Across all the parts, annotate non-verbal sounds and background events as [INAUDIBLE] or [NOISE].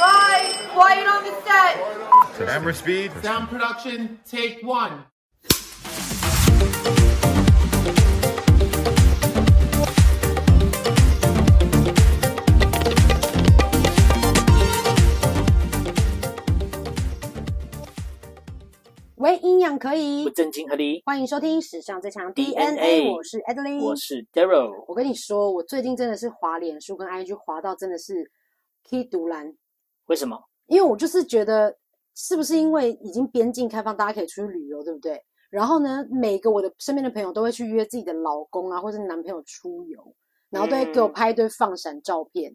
Why you don't be set? Camera speed. Sound production, take one. 喂，营养可不以，正经合理。欢迎收听史上最强 DNA DNA，我是 Adeline，我是 Daryl，我跟你说，我最近真的是滑脸书跟 IG 滑到真的是 K 独蓝，为什么？因为我就是觉得是不是因为已经边境开放，大家可以出去旅游，对不对？然后呢，每个我的身边的朋友都会去约自己的老公啊，或是男朋友出游，然后都会给我嗯拍一堆放闪照片，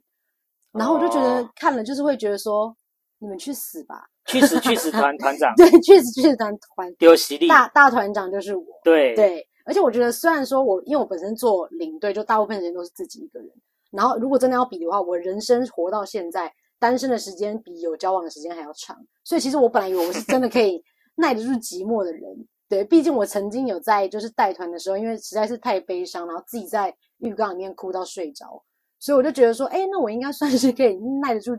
然后我就觉得哦看了就是会觉得说，你们去死吧！ [LAUGHS] 去死去死团团长对，确实确实当团丢席力，大大团长就是我。对对，而且我觉得虽然说我因为我本身做领队，就大部分时间都是自己一个人。然后如果真的要比的话，我人生活到现在，单身的时间比有交往的时间还要长。所以其实我本来以为我是真的可 [LAUGHS] 以耐得住寂寞的人。对，毕竟我曾经有在就是带团的时候，因为实在是太悲伤，然后自己在浴缸里面哭到睡着，所以我就觉得说，哎，那我应该算是可以耐得住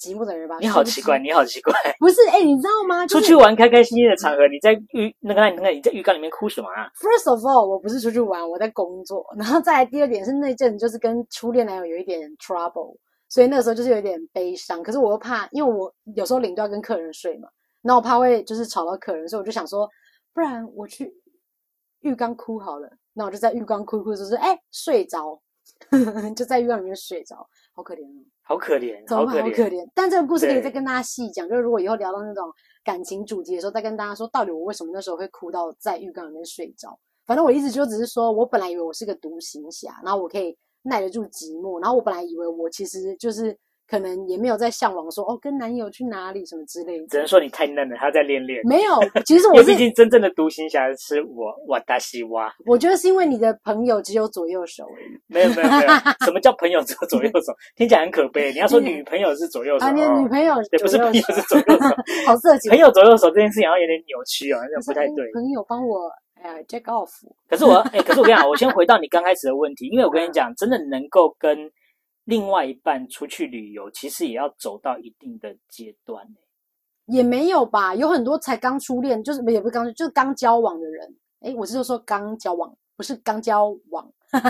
寂寞的人吧。你殊好不奇知怪，，你好 [LAUGHS] 奇怪，不是哎，你知道吗？就出是去玩开开心心的场合，你在浴那个那个你在浴缸里面哭什么啊？ First of all，我不是出去玩，我在工作。然后再来第二点是那阵就是跟初恋男友有一点 trouble，所以那时候就是有点悲伤。可是我又怕，因为我有时候领队要跟客人睡嘛，那我怕会就是吵到客人，所以我就想说，不然我去浴缸哭好了。那我就在浴缸哭一哭，就是哎、睡着， [LAUGHS] 就在浴缸里面睡着，好可怜哦，好可怜，怎么好办？好可怜。怜。但这个故事可以对再跟大家细讲，就是如果以后聊到那种感情主题的时候，再跟大家说到底我为什么那时候会哭到在浴缸里面睡着。反正我一直就只是说，我本来以为我是个独行侠，然后我可以耐得住寂寞，然后我本来以为我其实就是可能也没有在向往说哦跟男友去哪里什么之类的，只能说你太嫩了，还要再练练。 [LAUGHS] 没有。其实因我为毕是竟真正的独行侠是我，我达西哇。我觉得是因为你的朋友只有左右手而已没有没有 [LAUGHS] 没有，什么叫朋友左左右手？听起来很可悲。你要说女朋友是左右手， [LAUGHS] 啊，你的哦女朋友对，不是左朋右友手是，左右手， [LAUGHS] 好色情朋。友左右手这件事情好像有点扭曲哦，好像不太对。朋友帮我呃 jack off，可是我， [LAUGHS] 哎、可是我跟你讲，我先回到你刚开始的问题，因为我跟你讲，真的能够跟另外一半出去旅游，其实也要走到一定的阶段。也没有吧，有很多才刚初恋，就是也不是刚，就是刚交往的人。哎，我是说刚交往，不是刚交往， [LAUGHS]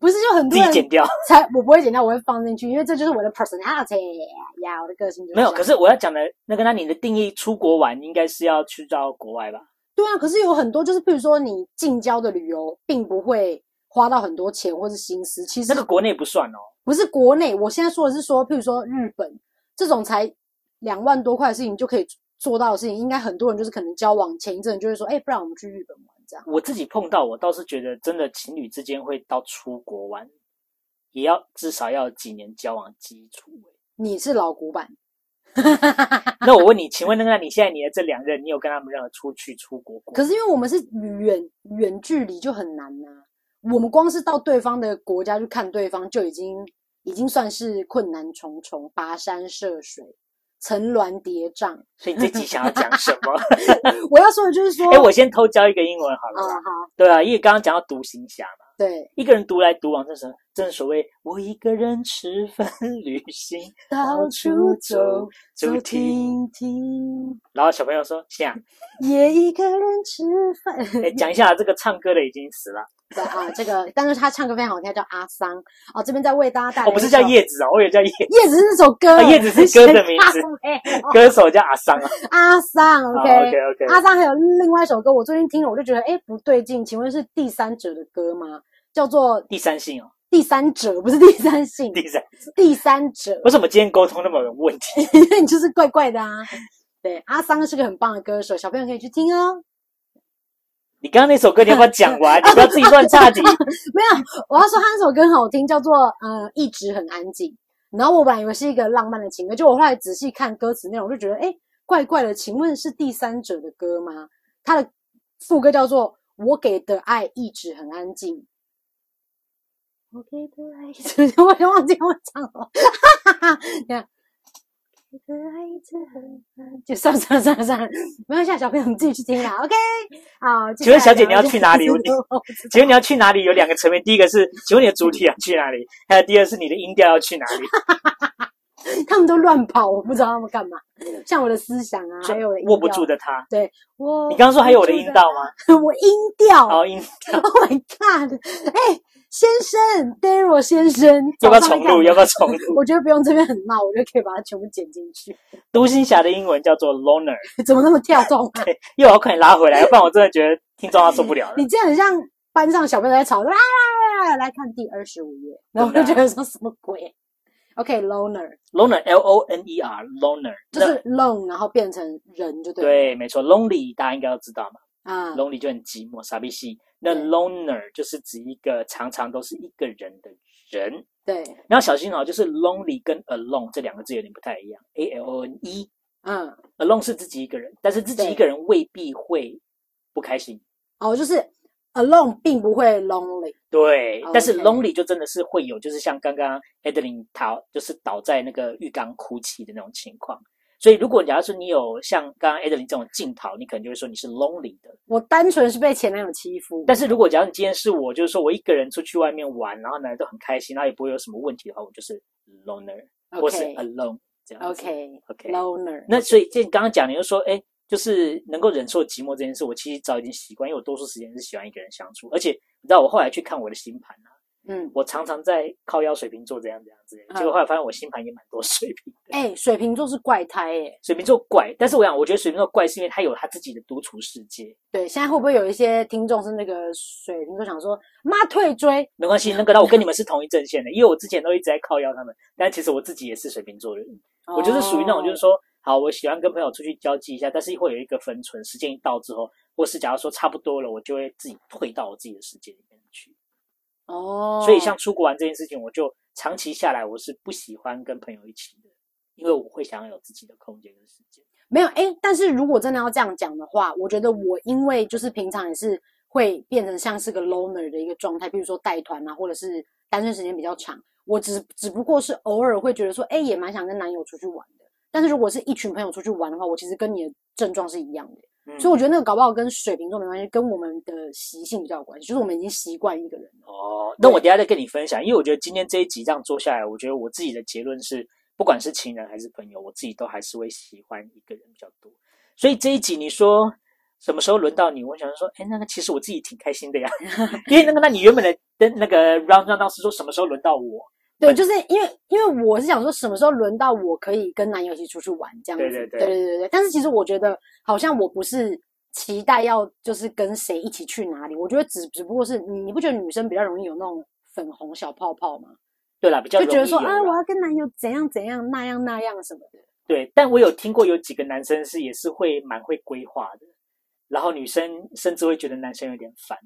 不是就很自多己人 [LAUGHS] 剪掉才我不会剪掉，我会放进去，因为这就是我的 personality 呀，我的个性就是没有？这样可是我要讲的那个，那你的定义，出国玩应该是要去到国外吧？对啊，可是有很多就是，譬如说你近郊的旅游，并不会花到很多钱或是心思，其实那个国内不算哦。不是国内，我现在说的是说，譬如说日本这种才两万多块的事情就可以做到的事情，应该很多人就是可能交往前一阵就会说，哎、不然我们去日本玩这样。我自己碰到，我倒是觉得真的情侣之间会到出国玩，也要至少要有几年交往基础。欸 [LAUGHS] 你是老古板，那我问你，请问那个你现在你的这两任，你有跟他们任何出去出国过？可是因为我们是远远距离就很难呐、我们光是到对方的国家去看对方就已经已经算是困难重重，跋山涉水，层峦叠嶂。所以你这集想要讲什 [LAUGHS] 么？ [LAUGHS] 我要说的就是说，哎、我先偷教一个英文好啊了。好，对啊，因为刚刚讲到独行侠嘛，对，一个人独来独往，真是正所谓我一个人吃饭旅行，到处 [LAUGHS] 走，走走停。停停。然后小朋友说：“想，也一个人吃饭。哎，讲一下这个唱歌的已经死了， [LAUGHS] 对啊，这个，但是他唱歌非常好听，他叫阿桑。哦，这边在为大家带来一首，哦，不是叫叶子哦，我以为叫叶叶子是那首歌，啊叶子是歌的名 [LAUGHS] 字 OK，歌手叫阿桑啊。阿桑啊 OK。 OK OK，阿桑还有另外一首歌，我最近听了，我就觉得哎不对劲，请问是第三者的歌吗？叫做第三性哦，第三者，不是第三性，第三，第三者。为什么今天沟通那么有问题？ [LAUGHS] 因 [LAUGHS] 为你就是怪怪的啊。对，阿桑是个很棒的歌手，小朋友可以去听哦。你刚刚那首歌你要不要讲完？你不要自己乱岔题。没有，我要说他那首歌很好听，叫做《呃一直很安静》。然后我本来以为是一个浪漫的情歌，就我后来仔细看歌词内容，我就觉得哎，诶怪怪的。请问是第三者的歌吗？他的副歌叫做《我给的爱一直很安静》。我给的爱一直， [LAUGHS] 我也忘记我唱了。哈哈哈，你看，我给的爱一直很安静，就算了算了算了算了，没关系啊，小朋友你自己去听啦。OK，好。接请问下来小姐聊你要一去下哪里自 [LAUGHS] 我我请问你要去哪里？有两个层面，第一个是，请问你的主体要去哪里？还有第二是你的音调要去哪里？ [LAUGHS] 他们都乱跑，我不知道他们干嘛。像我的思想啊， [LAUGHS] 还有我的音握不住调，的他。我你刚刚说还有我的握不住阴道吗？ [LAUGHS] 我音调。哦，阴 [LAUGHS] Oh my god！哎、先生，Daryl 先生， [LAUGHS] 要不要早上重干嘛录？要不要重录？我觉得不用这边很闹，我就可以把它全部剪进去。 [LAUGHS] [LAUGHS] 独行侠的英文叫做 loner，怎么那么跳动 [LAUGHS] 啊？因为我要快点拉回来，要不然我真的觉得听众要受不了了。你这样很像班上小朋友在吵，来啊来来来来看第二十五页，然后我就觉得说什么鬼？OK，loner、 loner L O N E R loner 就那是 lone，然后变成人就对了。对，没错，lonely 大家应该要知道嘛、啊 l o n e l y 就很寂寞，傻逼戏。那对 loner 就是指一个常常都是一个人的人。对，然后小心哦，就是 lonely 跟 alone 这两个字有点不太一样，A L O N E。嗯， alone 是自己一个人，但是自己一个人未必会不开心。哦，就是 alone 并不会 lonely，对哦 OK，但是 lonely 就真的是会有，就是像刚刚 Adeline 倒，就是倒在那个浴缸哭泣的那种情况。所以，如果假如说你有像刚刚 Adeline 这种镜头，你可能就会说你是 lonely 的。我单纯是被前男友欺负。但是如果假如你今天是我，就是说我一个人出去外面玩，然后呢都很开心，然后也不会有什么问题的话，我就是 loner 或是 OK alone 这样子。 OK OK loner，那所以这你刚刚讲，你就说，哎，就是能够忍受寂寞这件事，我其实早已经习惯，因为我多数时间是喜欢一个人相处，而且你知道，我后来去看我的星盘啊，嗯，我常常在靠腰水瓶座这样这样之类嗯的，结果后来发现我星盘也蛮多水瓶的。哎、水瓶座是怪胎耶、水瓶座怪，但是我想，我觉得水瓶座怪是因为他有他自己的独处世界，对，现在会不会有一些听众是那个水瓶座，想说妈退追？没关系。那个，那我跟你们是同一阵线的，因为我之前都一直在靠腰他们，但其实我自己也是水瓶座的人，我就是属于那种就是哦说，好，我喜欢跟朋友出去交际一下，但是会有一个分寸，时间一到之后，或是假如说差不多了，我就会自己退到我自己的世界里面去。哦，所以像出国玩这件事情，我就长期下来我是不喜欢跟朋友一起的，因为我会想要有自己的空间跟时间。没有哎、但是如果真的要这样讲的话，我觉得我因为就是平常也是会变成像是个 loner 的一个状态，比如说带团啊，或者是单身时间比较长，我只只不过是偶尔会觉得说，哎、也蛮想跟男友出去玩的。但是如果是一群朋友出去玩的话，我其实跟你的症状是一样的，嗯所以我觉得那个搞不好跟水瓶座没关系，跟我们的习性比较有关系，就是我们已经习惯一个人了。哦，那我等一下再跟你分享，因为我觉得今天这一集这样做下来，我觉得我自己的结论是，不管是情人还是朋友，我自己都还是会喜欢一个人比较多。所以这一集你说什么时候轮到你？我想说，哎，那个其实我自己挺开心 [LAUGHS] 的呀，因为那个，那你原本的的那个 round round down 是说什么时候轮到我？对，就是因为因为我是想说，什么时候轮到我可以跟男友一起出去玩这样子？对对对对对对对但是其实我觉得，好像我不是期待要就是跟谁一起去哪里，我觉得只只不过是你你不觉得女生比较容易有那种粉红小泡泡吗？对啦，比较就容易觉得说有啊，啦我要跟男友怎样怎样那样那样什么的。对，但我有听过有几个男生是也是会蛮会规划的，然后女生甚至会觉得男生有点烦。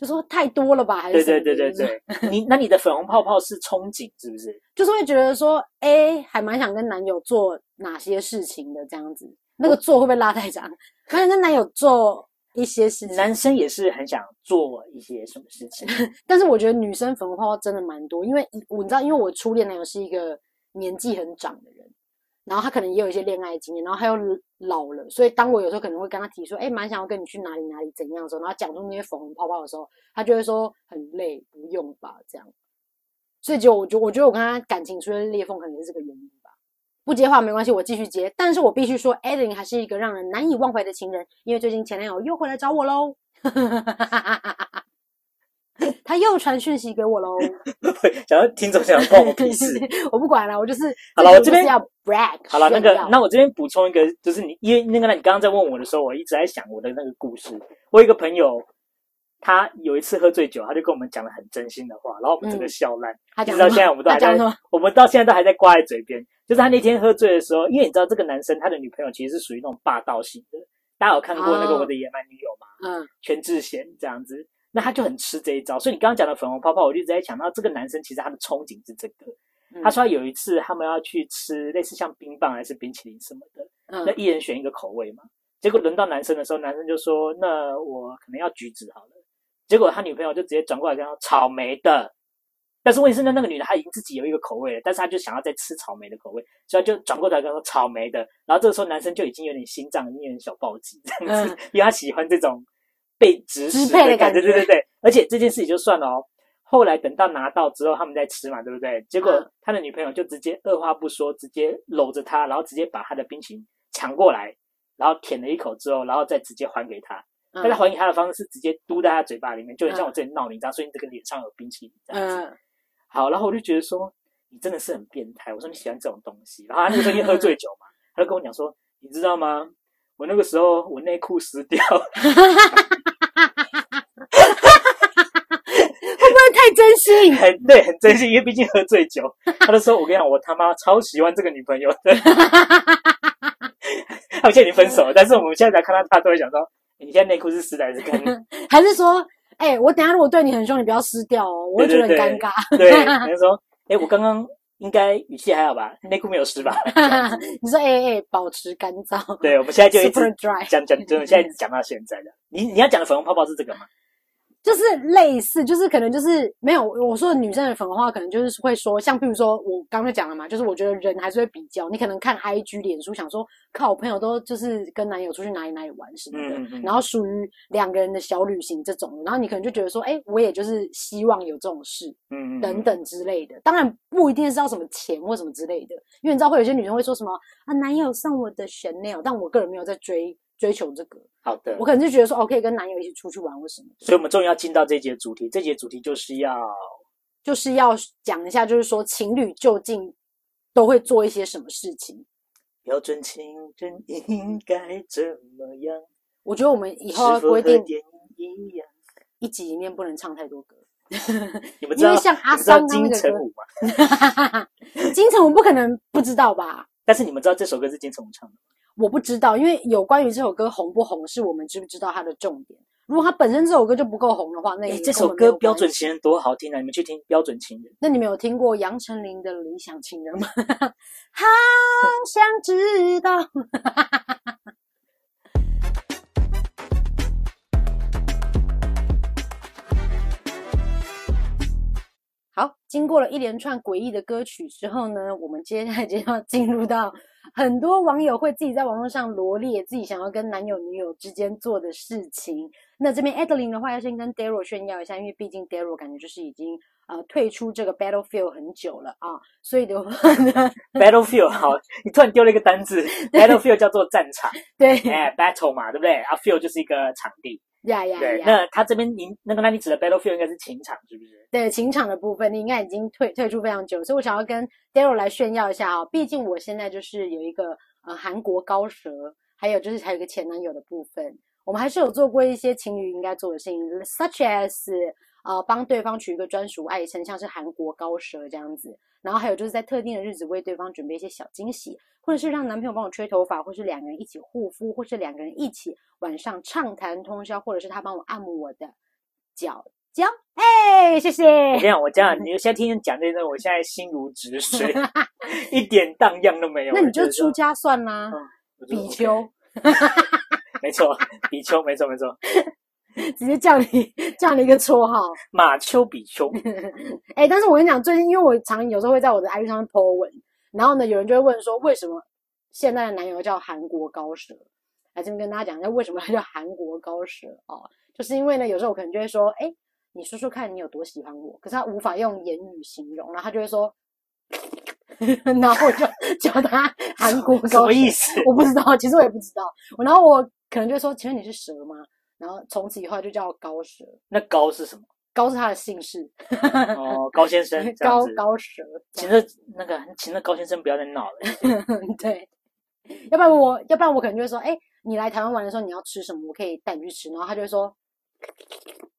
就说太多了吧，还是对什么对的对对，对，你那你的粉红泡泡是憧憬是不是？ [LAUGHS] 就是会觉得说，哎，还蛮想跟男友做哪些事情的这样子。那个做会不会拉太长？ [LAUGHS] 蛮想跟男友做一些事情，男生也是很想做一些什么事情， [LAUGHS] [LAUGHS] 但是我觉得女生粉红泡泡真的蛮多，因为以我你知道，因为我初恋男友是一个年纪很长的人，然后他可能也有一些恋爱经验，然后他又老了，所以当我有时候可能会跟他提说，哎，蛮想要跟你去哪里哪里怎样的时候，然后讲出那些粉红泡泡的时候，他就会说很累，不用吧，这样。所以就我觉得我觉得我跟他感情出现裂缝，可能是这个原因吧。不接话没关系，我继续接。但是我必须说 e d e n 还是一个让人难以忘怀的情人，因为最近前男友又回来找我喽。 [LAUGHS] 他又传讯息给我 [LAUGHS] 喽，想要听众想关我屁 [LAUGHS] 事。我不管了，我就是好了我这就边是要 brag 炫耀。好了，那个，那我这边补充一个，就是你因为那个，你刚刚在问我的时候，我一直在想我的那个故事。我有一个朋友，他有一次喝醉酒，他就跟我们讲了很真心的话，然后我们整个嗯笑烂，他一讲直到什现么在我们都他还在讲什么？我们到现在都还在挂在嘴边。就是他那天喝醉的时候，因为你知道这个男生他的女朋友其实是属于那种霸道型的，大家有看过那个《哦我的野蛮女友》吗？嗯，全智贤这样子，那他就很吃这一招。所以你刚刚讲的粉红泡泡，我就一直在想到这个男生其实他的憧憬是这个。嗯他说他有一次他们要去吃类似像冰棒还是冰淇淋什么的，嗯那一人选一个口味嘛。结果轮到男生的时候，男生就说：“那我可能要橘子好了。”结果他女朋友就直接转过来跟他说：“草莓的。”但是问题是呢，那个女的她已经自己有一个口味了，但是她就想要再吃草莓的口味，所以她就转过头来跟他说草莓的。然后这个时候男生就已经有点心脏有点小暴击这样子，因为他喜欢这种被指使嗯支配的感感觉对对对。而且这件事情就算了哦，后来等到拿到之后，他们再吃嘛，对不对？结果嗯他的女朋友就直接二话不说，直接搂着他，然后直接把他的冰淇淋抢过来，然后舔了一口之后，然后再直接还给他。嗯但他还给他的方式是直接嘟在他嘴巴里面，就很像嗯我之前闹你，知道，所以你这个脸上有冰淇淋这样子。嗯好，然后我就觉得说你真的是很变态。我说你喜欢这种东 [LAUGHS] 西，然后他那个时候因为喝醉酒嘛，他就跟我讲说，你知道吗？我那个时候我内裤湿掉，会不会太真心？很对，很真心，因为毕竟喝醉 [LAUGHS] 酒。他就说：“我跟你讲，我他妈超喜欢这个女朋友的。” [LAUGHS] 他们现在已经分手了，但是我们现在才看到他，都会想说：“你现在内裤是湿的还是干的还是说，哎、我等一下如果对你很凶，你不要撕掉哦，我会觉得很对对尴对尬。？” [LAUGHS] 对，他就说：“哎、我刚刚应该语气还好吧？内裤没有 [LAUGHS] 湿吧你说，哎、哎、保持干燥？”对，我们现在就一直，super dry，讲讲，真的，现在一直讲到现在的。你你要讲的粉红泡泡是这个吗？就是类似，就是可能就是没有我说的女生的粉红话，可能就是会说，像譬如说我刚刚就讲了嘛，就是我觉得人还是会比较，你可能看 IG、脸书，想说，靠，我朋友都就是跟男友出去哪里哪里玩什么的，嗯嗯嗯然后属于两个人的小旅行这种，然后你可能就觉得说，哎、我也就是希望有这种事，嗯，嗯嗯等等之类的。当然不一定是要什么钱或什么之类的，因为你知道会有些女生会说什么啊，男友送我的 Chanel，但我个人没有在追追求这个，好的我。可能就觉得说哦，可以跟男友一起出去玩或什么的，所以我们终于要进到这一节主题，这节主题就是要就是要讲一下，就是说情侣究竟都会做一些什么事情。标准情人应该怎么样？我觉得我们以以后要规定电影一样。一集里面不能唱太多歌，啊你们知因道为像阿你们知道桑他那金个城歌武吗？金城武不可能不知道吧？但是你们知道这首歌是金城武唱的吗？我不知道，因为有关于这首歌红不红，是我们知不知道它的重点。如果它本身这首歌就不够红的话，那哎、也这跟我首们没有歌《标关准系情人》多好听啊！你们去听《标准情人》。那你们有听过杨丞琳的《理想情人》吗？ [LAUGHS] 好想知道。好，经过了一连串诡异的歌曲之后呢，我们接下来就要进入到很多网友会自己在网络上罗列自己想要跟男友、女友之间做的事情。那这边 Adeline 的话，要先跟 Daryl 炫耀一下，因为毕竟 Daryl 感觉就是已经呃退出这个 Battlefield 很久了啊，所以的话呢， [LAUGHS] Battlefield 好，你突然丢了一个单字，Battlefield 叫做战场，对哎、b a t t l e 嘛，对不对？啊，field 就是一个场地，呀呀对。呀，那他这边你那个，那你指的 Battlefield 应该是情场，是不是？对情场的部分，你应该已经退退出非常久，所以我想要跟 Daryl 来炫耀一下啊、毕竟我现在就是有一个呃韩国高蛇，还有就是还有一个前男友的部分，我们还是有做过一些情侣应该做的事情，such as 呃帮对方取一个专属爱称，像是韩国高蛇这样子。然后还有就是在特定的日子为对方准备一些小惊喜，或者是让男朋友帮我吹头发，或是两个人一起护肤，或是两个人一起晚上畅谈通宵，或者是他帮我按摩我的脚脚。哎，谢我谢。跟你讲，我 [LAUGHS] 这样，你现在听人讲这些，我现在心如止水， [LAUGHS] 一点荡漾都没有。那你我就觉得嗯说出家算啦，我觉得比 OK 丘，没错，比丘，没错没错，直接叫你 [LAUGHS] 叫你一个绰号。马丘比 [LAUGHS] 丘，哎、但是我跟你讲，最近因为我常有时候会在我的 IG 上面 po 文，然后呢，有人就会问说，为什么现在的男友叫韩国高蛇？来这边跟大家讲一下，为什么他叫韩国高蛇哦，就是因为呢，有时候我可能就会说，哎、你说说看你有多喜欢我，可是他无法用言语形容，然后他就会说， [LAUGHS] 然后我就叫他韩国什高蛇。么意思？我不知道，其实我也不知道。我然后我可能就说，请问你是蛇吗？然后从此以后就叫高蛇，那高是什么？高是他的姓氏，哦，高先 [LAUGHS] 生这样高子。嗯高蛇。请这那个，请这高先生不要再闹了。 [LAUGHS] [LAUGHS] 对，要不然我，要不然我可能就会说，哎、你来台湾玩的时候你要吃什么，我可以带你去吃。然后他就会说，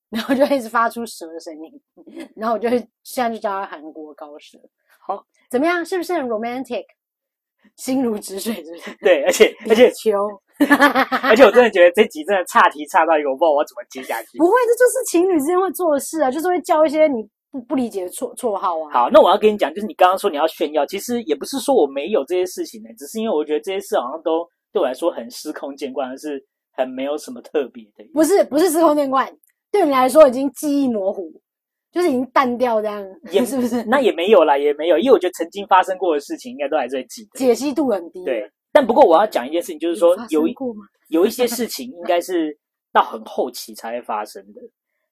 然后就一直发出蛇的声音，然后我就会现在就叫他韩国高蛇。好，怎么样？是不是很 romantic？心如止水，是不是？对，[LAUGHS] 而且 [LAUGHS] 而且秋，而且，我真的觉得这集真的岔题岔到一个，我不知道我要怎么接下 [LAUGHS] 去不。会，这就是情侣之间会做的事啊，就是会叫一些你不不理解的绰绰号啊。，好，那我要跟你讲，就是你刚刚说你要炫耀，其实也不是说我没有这些事情呢、只是因为我觉得这些事好像都对我来说很司空见惯，而是很没有什么特别的。不是不是司空见惯，对你来说已经记忆模糊，就是已经淡掉这样，也 [LAUGHS] 是不是？那也没有啦，也没有，因为我觉得曾经发生过的事情，应该都还是会记得。解析度很低。对，，但不过我要讲一件事情，就是说发生有一过吗？有一些事情应该是到很后期才会发生的。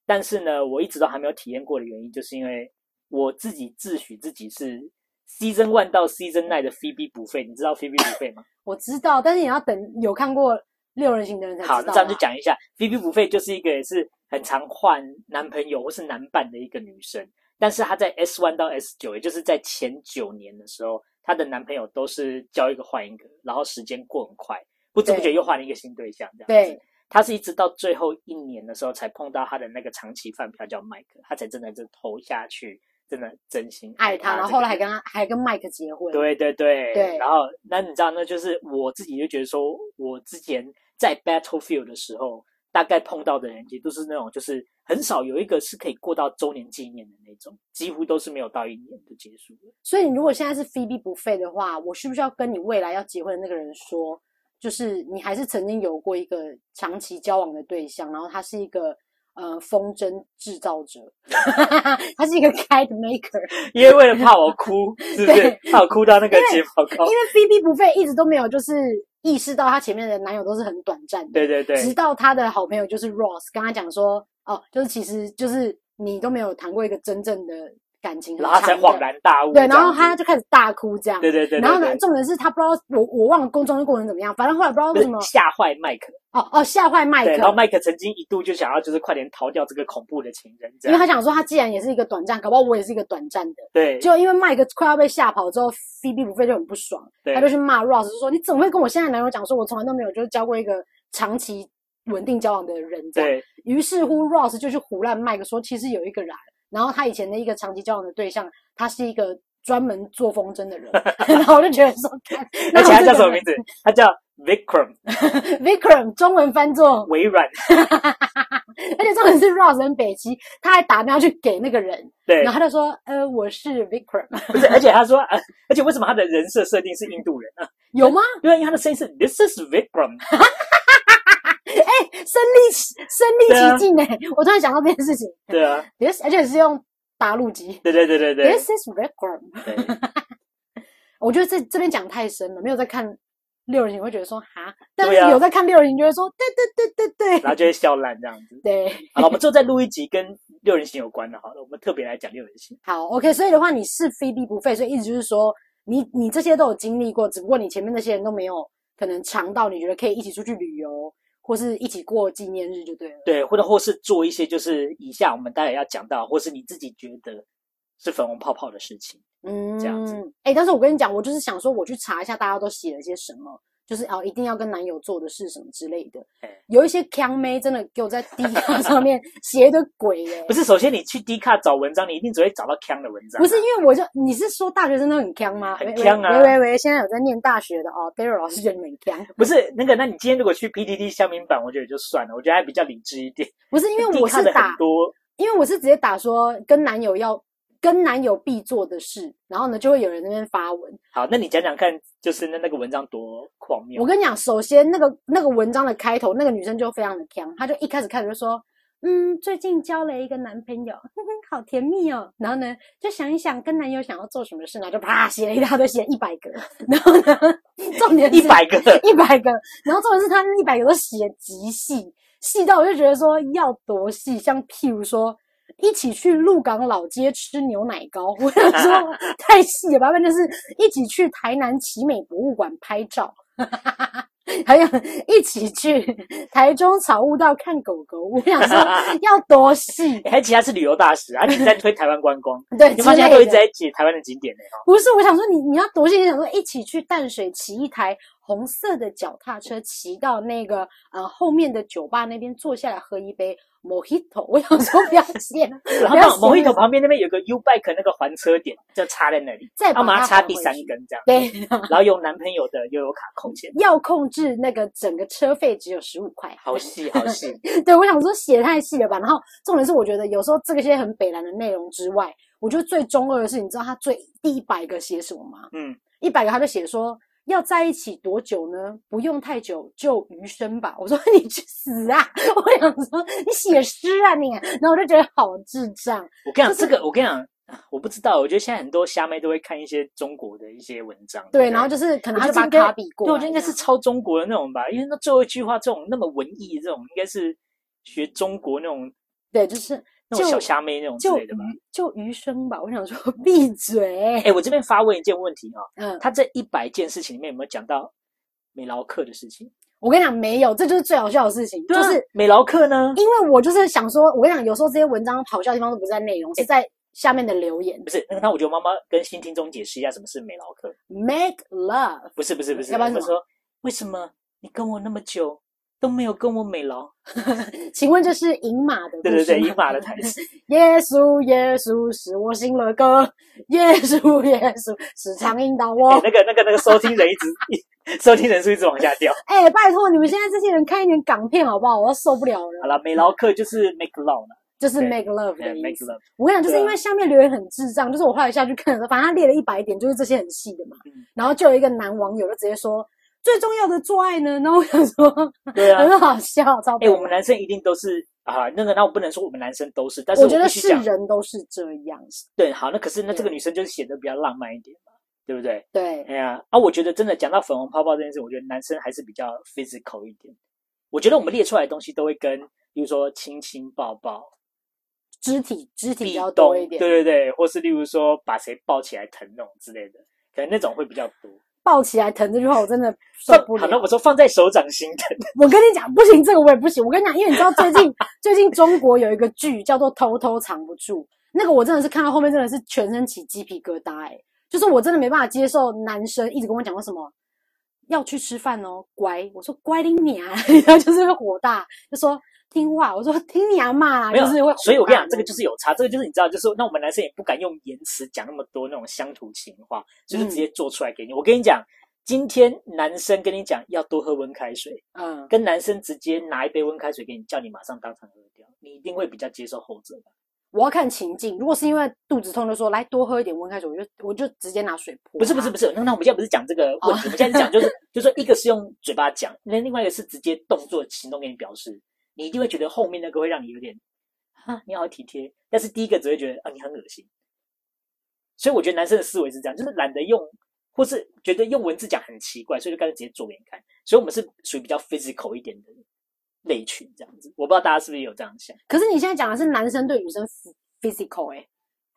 但是呢，我一直都还没有体验过的原因，就是因为我自己自诩自己是 season one 到 season nine 的 Phoebe 补费，你知道 Phoebe 补费吗？我知道，但是你要等有看过六人行的人才好，知道。那这样就，讲一下，Phoebe 补费就是一个也是很常换男朋友或是男伴的一个女生，但是她在 S one 到 S 九，也就是在前九年的时候，她的男朋友都是交一个换一个，然后时间过很快，不知不觉对又换了一个新对象，这样子对，他是一直到最后一年的时候才碰到他的那个长期饭票叫麦克，他才真的是投下去，真的真心爱他，他啊这个人。然后后来还跟他还跟麦克结婚。，对对对对然后那你知道，那就是我自己就觉得说，我之前在 Battlefield 的时候，大概碰到的人也都是那种，就是很少有一个是可以过到周年纪念的那种，几乎都是没有到一年就结束了。所以你如果现在是 Phoebe 不费的话，我需不需要跟你未来要结婚的那个人说，就是你还是曾经有过一个长期交往的对象，然后他是一个呃风筝制造者，他是一个 kite maker。因为为了怕我哭，是不是？怕我哭到那个睫毛膏因。为 Phoebe 不费一直都没有就是意识到她前面的男友都是很短暂的，对对对，直到她的好朋友就是 Ross 跟她讲说，哦，就是其实就是你都没有谈过一个真正的感情，然后他才很长恍的然大悟这对，样子。然后她就开始大哭这样。对对对对对，然后呢，重点是她不知道我我忘了工作过程怎么样，反正后来不知道为什么对吓坏麦克，哦哦吓坏麦对，然后克，麦克曾经一度就想要就是快点逃掉这个恐怖的情人，这因为样他想说他既然也是一个短暂，搞不好我也是一个短暂的。对，就因为麦克快要被吓跑之后，Phoebe 不费就很不爽，对他就去骂 Ross 就说：“你怎么会跟我现在的男友讲说，我从来都没有就是交过一个长期稳定交往的人？”这样。对于是乎，Ross 就去胡乱麦克说：“其实有一个人，然后他以前的一个长期交往的对象，他是一个专门做风筝 [LAUGHS] 的人。”然后我就觉得说，看而且他叫什么名字？他叫 [LAUGHS] Vikram， ？Vikram 中文翻作，微软，而且重点是 Ross 很北齐，他还打电话去给那个人，对然，后他就说：“呃，我是 Vikram， [LAUGHS] 不是，而且他说，呃而且为什么他的人设设定是印度人呢？有吗？”因为他的声音是 This is Vikram，身临其对身啊临其境哎、我突然想到这件事情。对啊， [LAUGHS] This 而且是用大陆籍。对对对对对 This is red room。对，我觉得这这边讲太深了，没有在看六人行会觉得说哈，但是对啊有在看六人行就会说对对对对然对后就会笑烂这样 [LAUGHS] 子。对。好了，我们之后再录一集跟六人行有关的，好了，我们特别来讲六人行。好，OK，所以的话你是非必不费，所以意思就是说你你这些都有经历过，只不过你前面那些人都没有可能尝到，你觉得可以一起出去旅游或是一起过纪念日就对了。对，或者或是做一些就是以下我们待会要讲到，或是你自己觉得是粉红泡泡的事情。嗯，这样子。哎、但是我跟你讲，我就是想说，我去查一下大家都写了些什么，就是哦，一定要跟男友做的事什么之类的。哎有一些强妹真的给我在 D 卡上面 [LAUGHS] 写一堆鬼耶、不是，首先你去 D 卡找文章，你一定只会找到坑的文章啊、不是因为我就你是说大学生都很强吗？很喂强啊喂喂喂，现在有在念大学的哦 d a r y l 老师觉得你们很强，不是那个，那你今天如果去 PTT 乡民版，我觉得也就算了，我觉得还比较理智一点。不是因 [LAUGHS] 为 D 我卡是的打很，多，因为我是直接打说跟男友要跟男友必做的事，然后呢就会有人在那边发文，好，那你讲讲看，就是那那个文章多荒谬。我跟你讲，首先那个那个文章的开头，那个女生就非常的强，她就一开始开始就说，嗯，最近交了一个男朋友， [LAUGHS] 哼哼，好甜蜜哦。然后呢，就想一想跟男友想要做什么事，然后就啪写了一大堆，写一百个。 [LAUGHS] 然后呢，重点一百个，一百个，然后重点是她那一百个都写极细，细到我就觉得说要多细，像譬如说。一起去鹿港老街吃牛奶糕， [LAUGHS] 我想说太细了吧？反正就是一起去台南奇美博物馆拍照， [LAUGHS] 还有一起去台中草悟道看狗狗。我想说要多细，还其他是旅游大使啊，你在推台湾观光， [LAUGHS] 对，你之发现他都类一直的。在解台湾的景点呢、哦不是，我想说你你要多细，想说一起去淡水骑一台红色的脚踏车，骑到那个呃后面的酒吧那边坐下来喝一杯 Mojito。我想说不要接 [LAUGHS] 了，然后不要到某一闲头了旁边那边有个 U Bike 那个还车点，就插在那里，再然后把把它它插还第回三去。根这样，对，然后用男朋友的悠游卡 [LAUGHS] 扣钱，要控制那个整个车费只有十五块，啊好细好细。对，我想说写太细了吧。然后重点是，我觉得有时候这些很北蓝的内容之外，我觉得最中二的是，你知道他最第一百个写什么吗？嗯，一百个他就写说要在一起多久呢？不用太久，就余生吧。我说你去死啊！ [LAUGHS] 我想说你写诗啊你，然后我就觉得好智障。我跟你讲，这个我跟你讲，啊我不知道，我觉得现在很多虾妹都会看一些中国的一些文章，对，不然后就是可能他我就觉得把应该卡比过对，来这样，我觉得应该是抄中国的那种吧，因为那最后一句话这种那么文艺，这种应该是学中国那种对，就是那种就小虾妹那种之就嗯类的吧。余就余生吧。我想说，闭嘴。哎，我这边发问一件问题啊、嗯，他这一百件事情里面有没有讲到美劳克的事情？我跟你讲，没有，这就是最好笑的事情，对啊就是美劳克呢，因为我就是想说，我跟你讲，有时候这些文章好笑的地方都不是在内容，是在下面的留言。不是那个，那我觉得妈妈跟新听众解释一下什么是美劳克。 Make love，不是不是不是，要不然我什么说为什么你跟我那么久都没有跟我 [LAUGHS] 美劳？请问这是饮马的故对事对对，吗英法的台词。耶稣，耶稣使我醒了歌，耶稣，耶稣时常引导 [LAUGHS] 我哎。那个那个那个收听人一直 [LAUGHS] 一收听人数一直往下掉。哎、拜托你们现在这些人看一点港片好不好？我要受不了好 [LAUGHS] 了。了，美劳克就是 make love 了，就是对 make love 哎的意，make 思。 love。我跟你讲，就是对啊因为下面留言很智障，就是我后来下去看的时候，反正他列了一百点，就是这些很细的嘛。嗯然后就有一个男网友就直接说。最重要的做爱呢？然后我想说，对啊，很好笑，超哎、北我们蓝男生一定都是啊，那个那我不能说我们男生都是，但是我觉得必须是讲人都是这样，对，好，那可是那这个对女生就是显得比较浪漫一点嘛，对不对？对，哎呀，啊，我觉得真的讲到粉红泡泡这件事，我觉得男生还是比较 physical 一点。我觉得我嗯们列出来的东西都会跟，比如说亲亲抱抱、肢体肢体比壁较咚，多一点，对对对，或是例如说把谁抱起来疼那种之类的，可能那种会比较多。抱起来疼这句话我真的受放不好，那了我。说放在手掌心疼，我跟你讲，不行，这个我也不行。我跟你讲，因为你知道最近 [LAUGHS] 最近中国有一个剧叫做《偷偷藏不住》，那个我真的是看到后面真的是全身起鸡皮疙瘩、欸，哎，就是我真的没办法接受男生一直跟我讲说什么要去吃饭哦，乖，我说乖你娘， [LAUGHS] 然后就是会火大，就说听话，我说听你阿妈，没有啊就，是会火大。所以我跟你讲，这个就是有差，这个就是你知道，就是那我们男生也不敢用言辞讲那么多那种乡土情话，就是直接嗯做出来给你。我跟你讲，今天男生跟你讲要多喝温开水，嗯，跟男生直接拿一杯温开水给你，叫你马上当场喝掉，你一定会比较接受后者吧。我要看情境，如果是因为肚子痛，就说来多喝一点温开水，我就我就直接拿水泼。不是不是不啊是，那那我们现在不是讲这个哦问题，我们现在 [LAUGHS] 讲就是就是说一个是用嘴巴讲，那另外一个是直接动作行动给你表示，你一定会觉得后面那个会让你有点啊你好体贴，但是第一个只会觉得啊你很恶心。所以我觉得男生的思维是这样，就是懒得用，或是觉得用文字讲很奇怪，所以就干脆直接做给你看。所以我们是属于比较 physical 一点的类群这样子，我不知道大家是不是有这样想。可是你现在讲的是男生对女生 phys- physical 哎、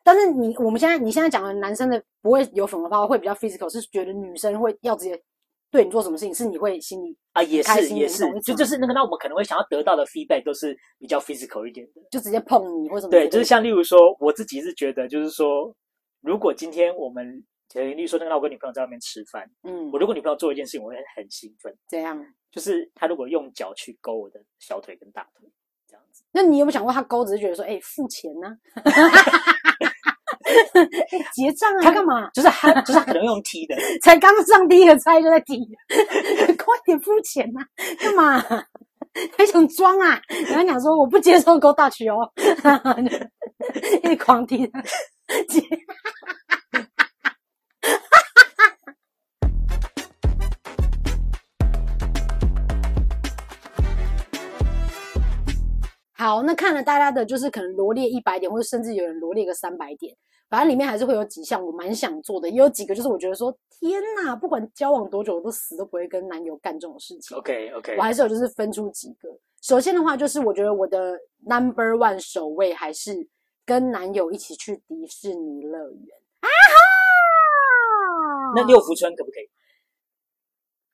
但是你我们现在你现在讲的男生的不会有粉红泡泡，会比较 physical，是觉得女生会要直接对你做什么事情，是你会心里啊，也开是心也你是懂我，意思就吗就是那个，那我们可能会想要得到的 feedback 都是比较 physical 一点的。就直接碰你或什么之类对，的。就是像例如说，我自己是觉得，就是说，如果今天我们，呃例如说，那个那我跟女朋友在外面吃饭，嗯我，如果女朋友做一件事情，我会很兴奋，这样。就是她如果用脚去勾我的小腿跟大腿，这样子，那你有没有想过，他勾只是觉得说，哎、付钱呢、 [LAUGHS] 哎结账啊，他干嘛？ [LAUGHS] 就是她，就是她可能用踢的， [LAUGHS] 才刚上第一个菜就在提， [LAUGHS] 快点付钱啊呐、干嘛、 [LAUGHS] 还想装啊？然后讲说我不接受 Go Dutch 哦， [LAUGHS] 一直狂踢。 [LAUGHS] 好，那看了大家的，就是可能罗列一百点，或者甚至有人罗列个三百点，反正里面还是会有几项我蛮想做的，也有几个就是我觉得说天呐，不管交往多久，我都死都不会跟男友干这种事情。 OK OK，我还是有就是分出几个。首先的话，就是我觉得我的 number one 首位还是跟男友一起去迪士尼乐园啊哈。那六福村可不可以？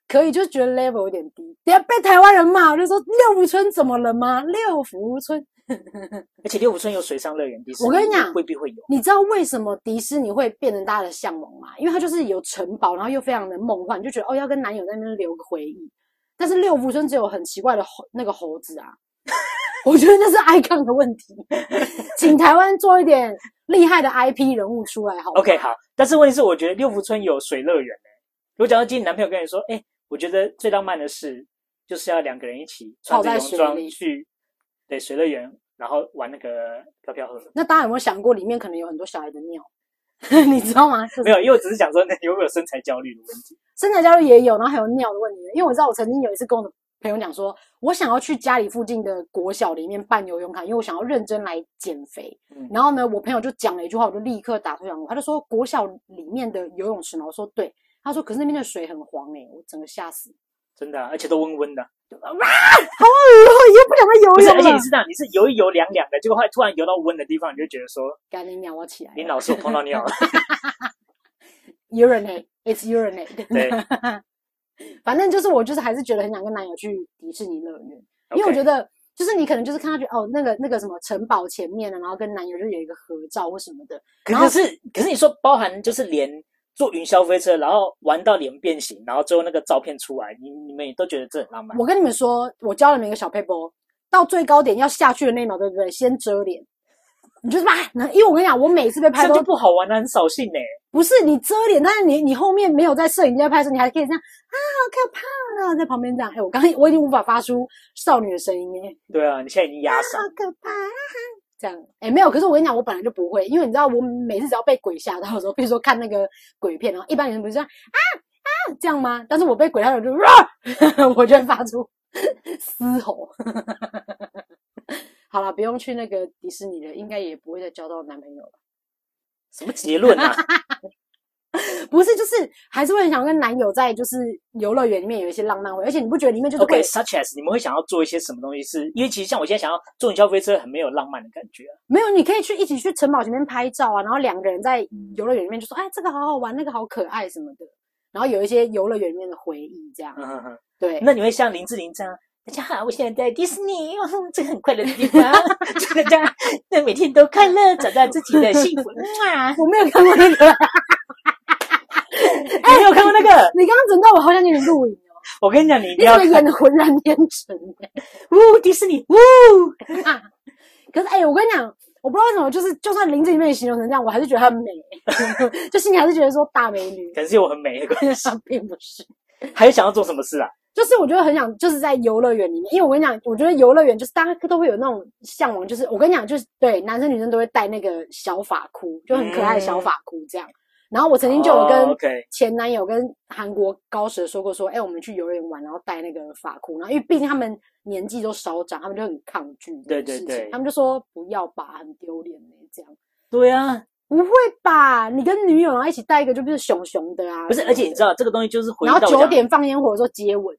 可以，就是觉得 level 有点低。等一下被台湾人骂，我就说六福村怎么了吗？六福村，而且六福村有水上乐园，迪士尼我跟你讲未必会有。你知道为什么迪士尼会变成大家的向往吗？因为它就是有城堡，然后又非常的梦幻，你就觉得哦要跟男友在那边留个回忆。但是六福村只有很奇怪的猴那个猴子啊， [LAUGHS] 我觉得那是 icon 的问题，请台湾做一点厉害的 IP 人物出来好吗 OK，好，但是问题是，我觉得六福村有水乐园、欸、如果假如今天你男朋友跟你说，哎、我觉得最浪漫的事就是要两个人一起穿泡着在泳水装里去对水乐园，然后玩那个飘飘河。那大家有没有想过里面可能有很多小孩的尿？ [LAUGHS] 你知道吗？就是没有，因为我只是想说，那有没有身材焦虑的问题？身材焦虑也有，然后还有尿的问题。因为我知道我曾经有一次跟我的朋友讲说，我想要去家里附近的国小里面办游泳卡，因为我想要认真来减肥。嗯然后呢，我朋友就讲了一句话，我就立刻打退堂鼓。他就说国小里面的游欸泳池嘛，我说对。他说可是那边的水很黄诶、我整个吓死。真的啊、而且都温温的，就哇你又不不是，想再游泳而且你了。是这样，你是游一游凉凉的，结果后来突然游到温的地方，你就觉得说，赶紧鸟我起来你老是我碰 [LAUGHS] 到尿了。 ，urinate，it's [LAUGHS] urinate。对，反正就是我就是还是觉得很想跟男友去迪士尼乐园，因为我 OK 觉得就是你可能就是看到觉得哦那个那个什么城堡前面啊，然后跟男友就有一个合照或什么的，然后可是可是你说包含就是连坐云霄飞车，然后玩到脸变形，然后最后那个照片出来，你你们也都觉得这很浪漫。我跟你们说，我教了你们一个小 paper，到哦最高点要下去的那一秒，对不对？先遮脸，你就是吧，然后因为我跟你讲，我每次被这拍样都就不好玩了，啊很扫兴呢、不是你遮脸，但是你你后面没有在摄影机在拍的时候，你还可以这样啊，好可怕啊，在旁边这样。哎、我刚刚我已经无法发出少女的声音哎，对啊，你现在已经压好上， [LAUGHS] 可怕、啊。这样，哎、没有。可是我跟你讲，我本来就不会，因为你知道，我每次只要被鬼吓到的时候，比如说看那个鬼片，然后一般人不是这样啊啊这样吗？但是我被鬼吓到，我就、啊、 [LAUGHS] 我就会发出嘶吼。好了，不用去那个迪士尼了，应该也不会再交到男朋友了。什么结论 [LAUGHS] 啊？不是，就是还是会很想跟男友在就是游乐园里面有一些浪漫回，而且你不觉得里面就是会 OK，such、as 你们会想要做一些什么东西是？因为其实像我现在想要坐云霄飞车，很没有浪漫的感觉啊、没有？你可以去一起去城堡前面拍照啊，然后两个人在游乐园里面就说，哎，这个好好玩，那个好可爱什么的，然后有一些游乐园里面的回忆这样。嗯哼哼，对， [LAUGHS] 那你会像林志玲这样？大家好，我现在在迪士尼，哦这个很快乐的地方， [LAUGHS] 大家那每天都快乐，找到自己的幸 [LAUGHS] 福。哇，哎我没有看过那个，哎你没有看过那个？你刚刚整段我好想给你录影哦，我跟你 [LAUGHS] 讲，你一你定怎要么演的浑然天成？ [LAUGHS] 呜迪士尼呜。可是哎、我跟你讲，我不知道为什么，就是就算林志玲被你形容成这样，我还是觉得她很美， [LAUGHS] 就心里还是觉得说大美女， [LAUGHS] 可能是因为我很美的关系。她并不是。还有想要做什么事啊？就是我觉得很想，就是在游乐园里面，因为我跟你讲，我觉得游乐园就是大家都会有那种向往，就是我跟你讲，就是对男生女生都会戴那个小发箍，就很可爱的小发箍这样。然后我曾经就有嗯哦跟，OK 前男友跟韩国高蛇说过说，哎、我们去游乐园玩，然后戴那个发箍，然后因为毕竟他们年纪都稍长，他们就很抗拒这对件对事情，对他们就说不要吧，很丢脸呢，这样对啊，不会吧？你跟女友然后一起戴一个，就不是熊熊的啊？不是，而且你知。道这个东西就是回然到后我九讲点放烟火的时候接吻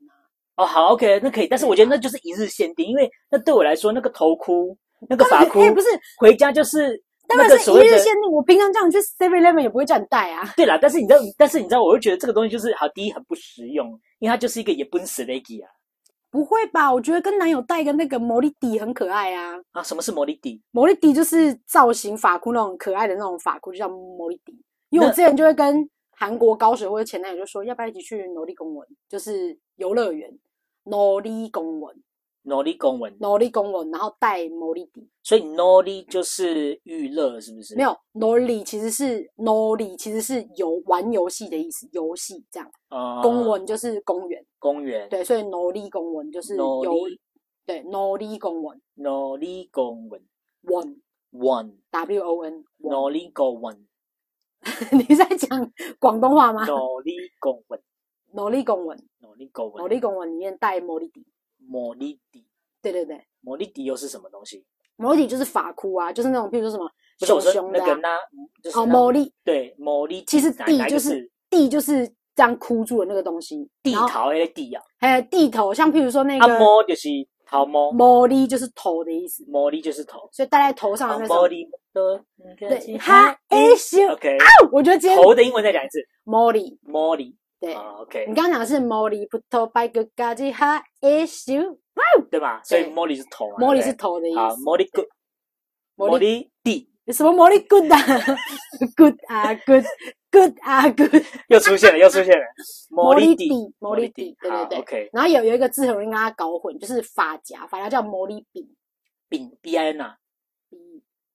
啊，哦，好，OK，那可以，但是我觉得那就是一日限定，因为那对我来说，那个头箍、那个发箍哎、，不是，回家就是当然那个是所一谓的日限定，我平常叫你去 Seven Eleven 也不会叫你带啊。对啦。但是你知道，但是你知道，我会觉得这个东西就是好，第一很不实用，因为它就是一个也不死的 g 啊不会吧？我觉得跟男友带一个那个魔力底很可爱啊。啊，什么是魔力底？魔力底就是造型发箍那种可爱的那种发箍，就叫魔力底。因为我那之前就会跟韩国高手或者前男友就说，要不要一起去努力公文，就是游乐园努力公文，努力公文，努力公文，然后带魔力底。所以努力就是娱乐，是不是？没，有努力其实是努力其实是游玩游戏的意思，游戏这样。哦，公文就是公园，公园，对，所以努力公文就是努游力，对，努力公文。努力公文 won one， w o n [LAUGHS] 努力公文，你在讲广东话吗？努力公文。努力公文，努力狗文，努力公文里面带魔力底，摩力迪，对对对，摩力迪又是什么东西？魔力底就是法箍啊，就是那种譬如说什么不是我熊说熊的那啊、个那，嗯就是哦，那魔力对摩力迪，其实哪地哪一就个是是地就是这样箍住的那个东西，地然后桃的地啊，还有地头，像譬如说那啊个摩就是桃摩，魔力就是头的意思，摩力就是头，所以戴在头上啊的那摩种。力的对，哈诶咻，哎，OK，我觉得今天头的英文再讲一次，魔力，摩力对啊，OK，你刚刚讲的是魔力，不头拜个嘎叽哈诶咻，对吧？所以对摩力是头嘛，魔力对是不头的意对思啊，，摩力 good，魔摩力力地什么魔力 good 啊，good 啊 good good 啊 good，又出现了，又出现了，摩力底地，魔力底，对对对。 ，OK，然后有有一个字很容易跟它搞混，就是发夹，发夹叫魔力饼丙 B I N 啊， ，b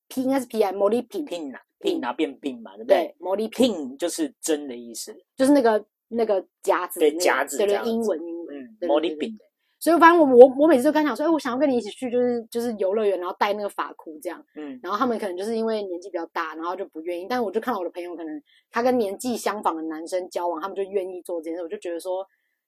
p 应该是 p i 魔力饼，拼啊，拼啊变病嘛，对不对对，魔力饼拼就是真的意思，就是那个那个夹子的对那个，夹子对这对样，子英文英文。嗯，对魔对力对饼，所以反正我我我每次都跟他讲说，哎，我想要跟你一起去，就是就是游乐园，然后带那个发箍这样。嗯，然后他们可能就是因为年纪比较大，然后就不愿意。但我就看到我的朋友，可能他跟年纪相仿的男生交往，他们就愿意做这件事，我就觉得说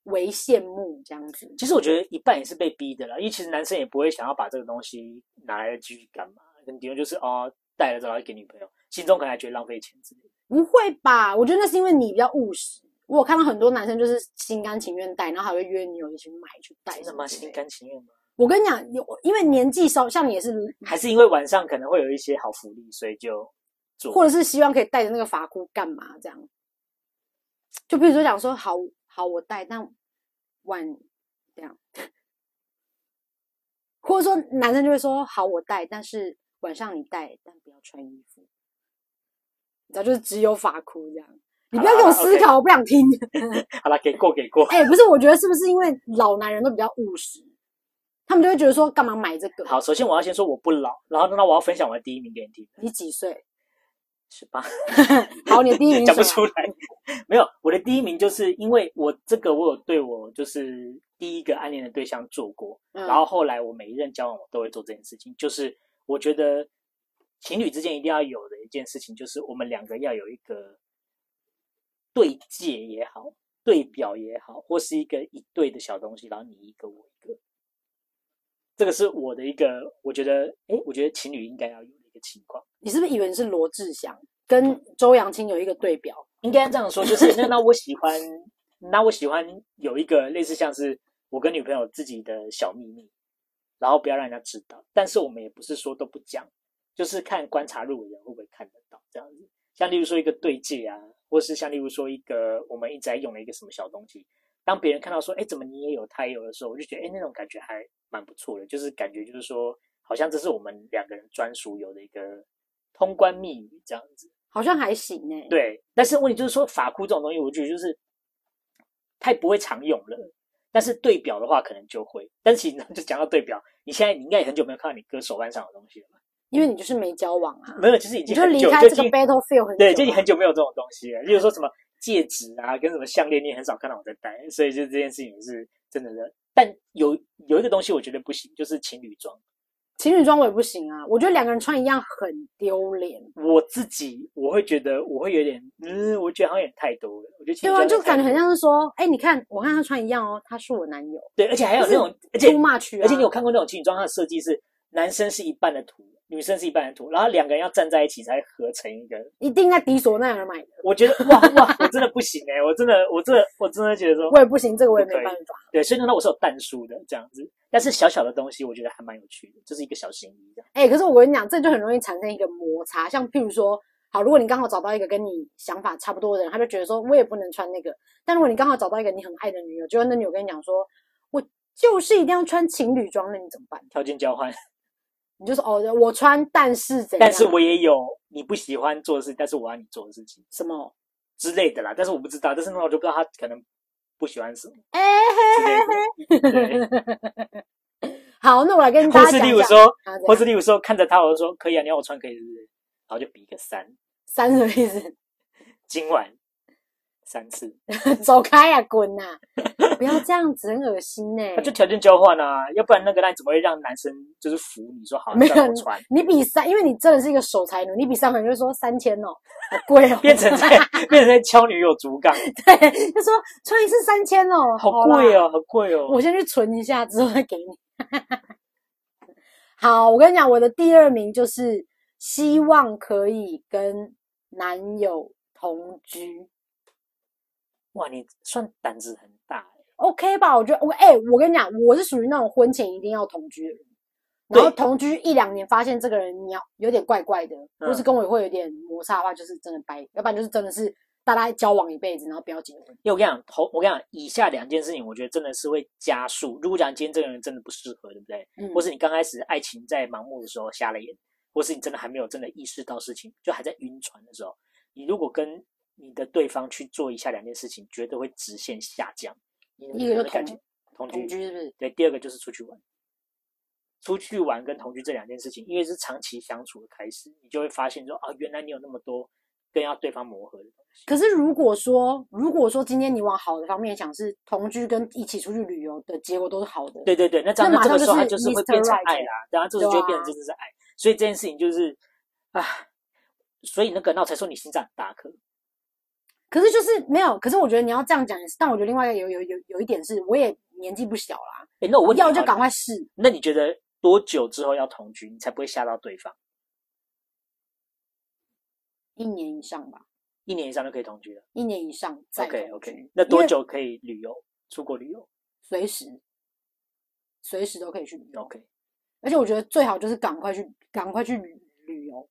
为羡慕这样子。其实我觉得一半也是被逼的啦，因为其实男生也不会想要把这个东西拿来继续干嘛，很顶多就是哦带了之后给女朋友，心中可能还觉得浪费钱之类的。不会吧？我觉得那是因为你比较务实，我有看到很多男生就是心甘情愿戴，然后还会约女友一起买去戴真什的么吗？之类心的。甘情愿吗？我跟你讲，有因为年纪稍像你也是，还是因为晚上可能会有一些好福利，所以就做？或者是希望可以带着那个发箍干嘛这样？就比如说讲说，好好我戴，但晚这样，或者说男生就会说，好我戴，但是晚上你戴，但不要穿衣服，你知道就是只有发箍这样。你不要给我好啦好啦思考，我不想听。好了，给过给过。哎、不是，我觉得是不是因为老男人都比较务实，他们就会觉得说干嘛买这个？好，首先我要先说我不老，然后那我要分享我的第一名给你听，你几岁？十八。好，你的第一名讲不是谁出来。 [LAUGHS] 没有，我的第一名就是因为我这个我有对我就是第一个暗恋的对象做过，嗯然后后来我每一任交往我都会做这件事情，就是我觉得情侣之间一定要有的一件事情，就是我们两个要有一个对戒也好，对表也好，或是一个一对的小东西，然后你一个我一个，这个是我的一个，我觉得，诶，我觉得情侣应该要有的一个情况。你是不是以为你是罗志祥嗯跟周扬青有一个对表？应该这样说，就是那那我喜欢，那我喜欢有一个类似像是我跟女朋友自己的小秘密，然后不要让人家知道。但是我们也不是说都不讲，就是看观察入围人会不会看得到这样子。像例如说一个对戒啊，或是像例如说一个我们一直在用的一个什么小东西，当别人看到说，哎，怎么你也有，他也有的时候，我就觉得，哎，那种感觉还蛮不错的，就是感觉就是说，好像这是我们两个人专属有的一个通关密语这样子。好像还行哎、，对，但是问题就是说，法箍这种东西，我觉得就是太不会常用了。但是对表的话，可能就会。但其实 [LAUGHS] 呢，就讲到对表，你现在你应该也很久没有看到你哥手腕上的东西了吧？因为你就是没交往啊，没有，就是已你经就很离久开就这已个经 battlefield 很久、啊，对，就已经很久没有这种东西了。例如说什么戒指啊，跟什么项链，你也很少看到我在戴，所以就这件事情是真的是。但有有一个东西我觉得不行，就是情侣装。情侣装我也不行啊，我觉得两个人穿一样很丢脸，我自己我会觉得我会有点，嗯，我觉得好像有点太多了。我觉得情对侣啊，装有就点太感觉很多像是说，哎、你看我看他穿一样哦，他是我男友，对，而且还有就那是种，而且 too much，、啊、而且你有看过那种情侣装，它的设计是男生是一半的图，女生是一半的图，然后两个人要站在一起才合成一个。一定在迪索奈尔买的，我觉得哇哇，我真的不行哎、我真的我真的我真的觉得说，我也不行，这个我也没不可以办法，对，所以呢，我是有淡书的这样子。但是小小的东西，我觉得还蛮有趣的，就是一个小心意这样。哎、可是我跟你讲，这就很容易产生一个摩擦，像譬如说。好，如果你刚好找到一个跟你想法差不多的人，他就觉得说我也不能穿那个。但如果你刚好找到一个你很爱的女友，结果那女友跟你讲说，我就是一定要穿情侣装，那你怎么办？条件交换，啊你就说哦，我穿，但是怎样？但是我也有你不喜欢做的事，但是我要你做的事情什么？之类的啦。但是我不知道，但是那我就不知道他可能不喜欢什么哎、之类的。对， [LAUGHS] 好，那我来跟大或家是讲例一如下，说，啊或是怎样例如说看着他，我就说可以啊，你要我穿可以是不是？然后就比一个三，三什么意思？ [LAUGHS] 今晚三次，走开呀、滚呐、不要这样子，很恶 [LAUGHS] 心呢、那就条件交换啊，要不然那个那你怎么会让男生就是服你说好，没你有让我穿，你比三，因为你真的是一个守财奴，你比三可能就说三千哦，好贵哦， [LAUGHS] 变成 [LAUGHS] 在变成在敲女友竹杠，对，就说穿一次三千哦，好贵哦。哦，好贵哦我。先去存一下，之后再给你。 [LAUGHS] 好，我跟你讲，我的第二名就是希望可以跟男友同居哇，你算胆子很大欸。 ，OK 吧？我觉得我哎、我跟你讲，我是属于那种婚前一定要同居的人，对然后同居一两年，发现这个人你要有点怪怪的，嗯或是跟我会有点摩擦的话，就是真的掰，要不然就是真的是大家交往一辈子，然后不要结婚。因为我跟你讲，头我跟你讲，以下两件事情，我觉得真的是会加速。如果讲今天这个人真的不适合，对不对？嗯或是你刚开始爱情在盲目的时候瞎了眼，或是你真的还没有真的意识到事情，就还在晕船的时候，你如果跟你的对方去做以下两件事情，绝对会直线下降。你一个你就的感同情同同居，居是不是？对，第二个就是出去玩。出去玩跟同居这两件事情，因为是长期相处的开始，你就会发现说啊，原来你有那么多跟要对方磨合的东西。可是如果说，如果说今天你往好的方面想，是同居跟一起出去旅游的结果都是好的。，对对对，那这样那马这上个就时候它是就是会 Mr. 变成 Right 爱啦，然后这时候就会变啊成真的是爱，所以这件事情就是啊，所以那个那我才说你心脏很大颗，可是就是没有。可是我觉得你要这样讲也是，但我觉得另外一个有有有有一点是，我也年纪不小啦，哎，那我我问你要就好了赶快。试。那你觉得多久之后要同居，你才不会吓到对方？一年以上吧，一年以上就可以同居了。一年以上再 OK 同 OK，居那因多为久可以旅游？出国旅游随时随时都可以去旅游。 ？OK，而且我觉得最好就是赶快去，赶快去旅旅游，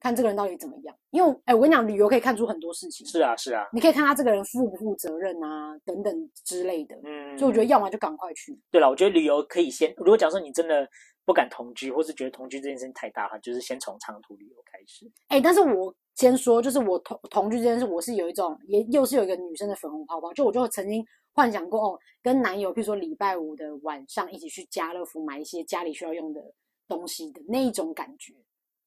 看这个人到底怎么样。因为，哎、我跟你讲，旅游可以看出很多事情，是啊是啊，你可以看他这个人负不负责任啊，等等之类的。嗯，所以我觉得，要么就赶快去，对了，我觉得旅游可以先，如果假设你真的不敢同居，或是觉得同居这件事情太大，哈，就是先从长途旅游开始。哎、但是我先说，就是我同同居这件事，我是有一种，也又是有一个女生的粉红泡泡，就我就曾经幻想过，哦，跟男友，譬如说礼拜五的晚上一起去家乐福买一些家里需要用的东西的那一种感觉。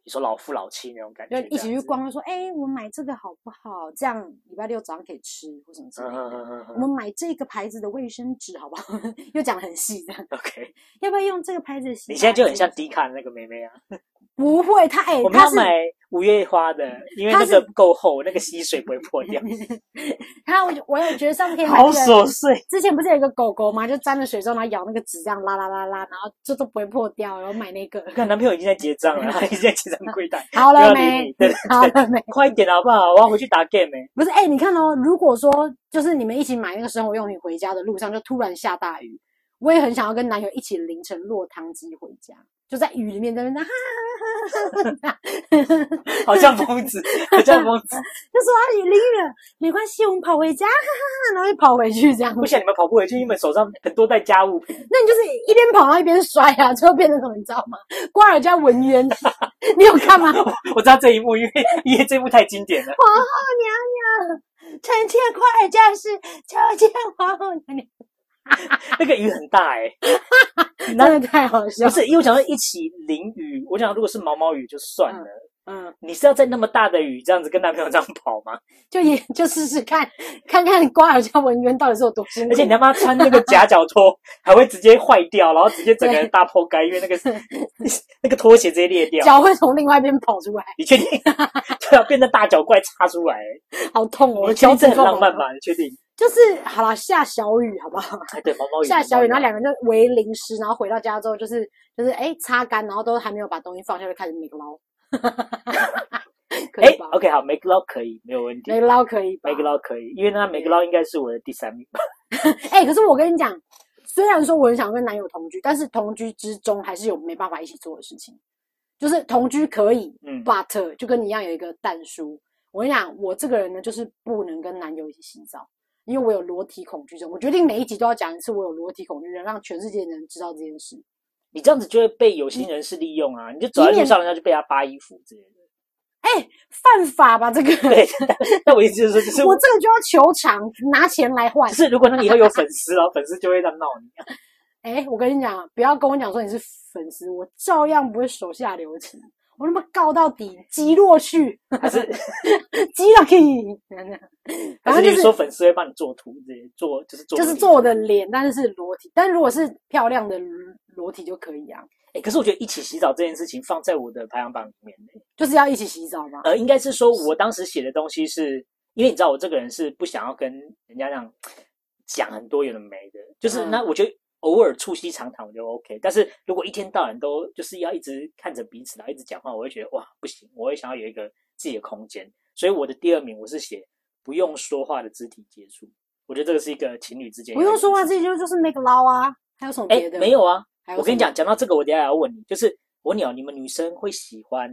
你说老夫老妻那种感就觉，一起这样去子。逛，就说：“哎、我买这个好不好？这样礼拜六早上可以吃，或什么之嗯类嗯的。嗯嗯我嗯们买这个牌子的卫生纸好不好？ [LAUGHS] 又讲得很细的， ，OK。要不要用这个牌子的洗发精？你现在就很像迪卡的那个妹妹啊！不会，他哎、我们他要是买五月花的，因为它那是个够厚，那个吸水不会破掉。他，我我也觉得上次可以买、那好个。琐碎，之前不是有一个狗狗嘛，就沾了水之后，然后咬那个纸，这样拉拉拉拉，然后这都不会破掉。然后买那个，看男朋友已经在结账了， [LAUGHS] 他已经在结账柜台，好不要了理你没？对好对对，了没？快一点好不好？我要回去打 game 欸不是，哎、你看哦，如果说就是你们一起买那个生活用品回家的路上，就突然下大雨，我也很想要跟男友一起淋成落汤鸡回家，就在雨里面在那边哈哈哈哈哈，好像疯子，好像疯子。就说啊雨淋雨了，没关系，我们跑回家，哈哈哈，然后就跑回去这样。不想你们跑步回去，因为手上很多袋家务 [LAUGHS] 品。那你就是一边跑然后一边摔啊，最后变成什么你知道吗？瓜尔佳文渊，你有看吗？我知道这一幕，因为因为这一幕太经典了。皇后娘娘，臣妾瓜尔佳是求见皇后娘娘，那个雨很大哎、真的太好笑不了。是，因为我想说一起淋雨，我想如果是毛毛雨就算了，嗯。你是要在那么大的雨这样子跟男朋友这样跑吗？就也就试试看，看看瓜尔佳文渊到底是有多辛苦。而且你他妈穿那个夹脚 [LAUGHS] 拖，还会直接坏掉，然后直接整个人大破开，因为那个那个拖鞋直接裂掉。脚会从另外一边跑 [LAUGHS] 出来，你确定？对啊，变成大脚怪插出来，好痛哦！我我确脚定趾这很头浪漫？吧？你确定？就是好了，下小雨好不好？哎，对，毛毛雨下啊小雨，然后两两个人就为淋湿，然后回到家之后就是就是哎擦干，然后都还没有把东西放下就开始没捞， [LAUGHS] 可哎以吧？ ，OK，好，梅格劳可以，没有问题。没捞可以吧梅？格劳可以，因为那梅格劳应该是我的第三名吧。哎，可是我跟你讲，虽然说我很想跟男友同居，但是同居之中还是有没办法一起做的事情，就是同居可以，嗯， but 就跟你一样有一个淡叔。我跟你讲，我这个人呢，就是不能跟男友一起洗澡，因为我有裸体恐惧症。我决定每一集都要讲一次我有裸体恐惧症，让全世界的人知道这件事。你这样子就会被有心人士利用啊！你就走在路上，人家就被他扒衣服之类的。犯法吧？这个，对， [LAUGHS] 但但我意思就是说，就是我这个就要求偿，拿钱来换就。是如果你以后有粉丝，然后粉丝就会这样闹你。哎，我跟你讲，不要跟我讲说你是粉丝，我照样不会手下留情。我他妈告到底，击落去，还是击落去，反还正是你就是是说粉丝会帮你做图之类的，做就是做就是图做我的脸，但是是裸体。但如果是漂亮的裸体就可以啊，哎、可是我觉得一起洗澡这件事情放在我的排行榜里面、就是要一起洗澡嘛。呃，应该是说我当时写的东西是，因为你知道我这个人是不想要跟人家这样讲很多有的没的，就是嗯那我觉得偶尔促膝长谈我就 OK，但是如果一天到晚都就是要一直看着彼此，然后一直讲话，我会觉得哇不行，我会想要有一个自己的空间，所以我的第二名我是写不用说话的肢体接触，我觉得这个是一个情侣之间不用说话，己这些就是 make law 啊，还有什么哎、别的？没，有啊，还有我跟你什么讲，，讲到这个，我等一下要问你，就是我问你哦，你们女生会喜欢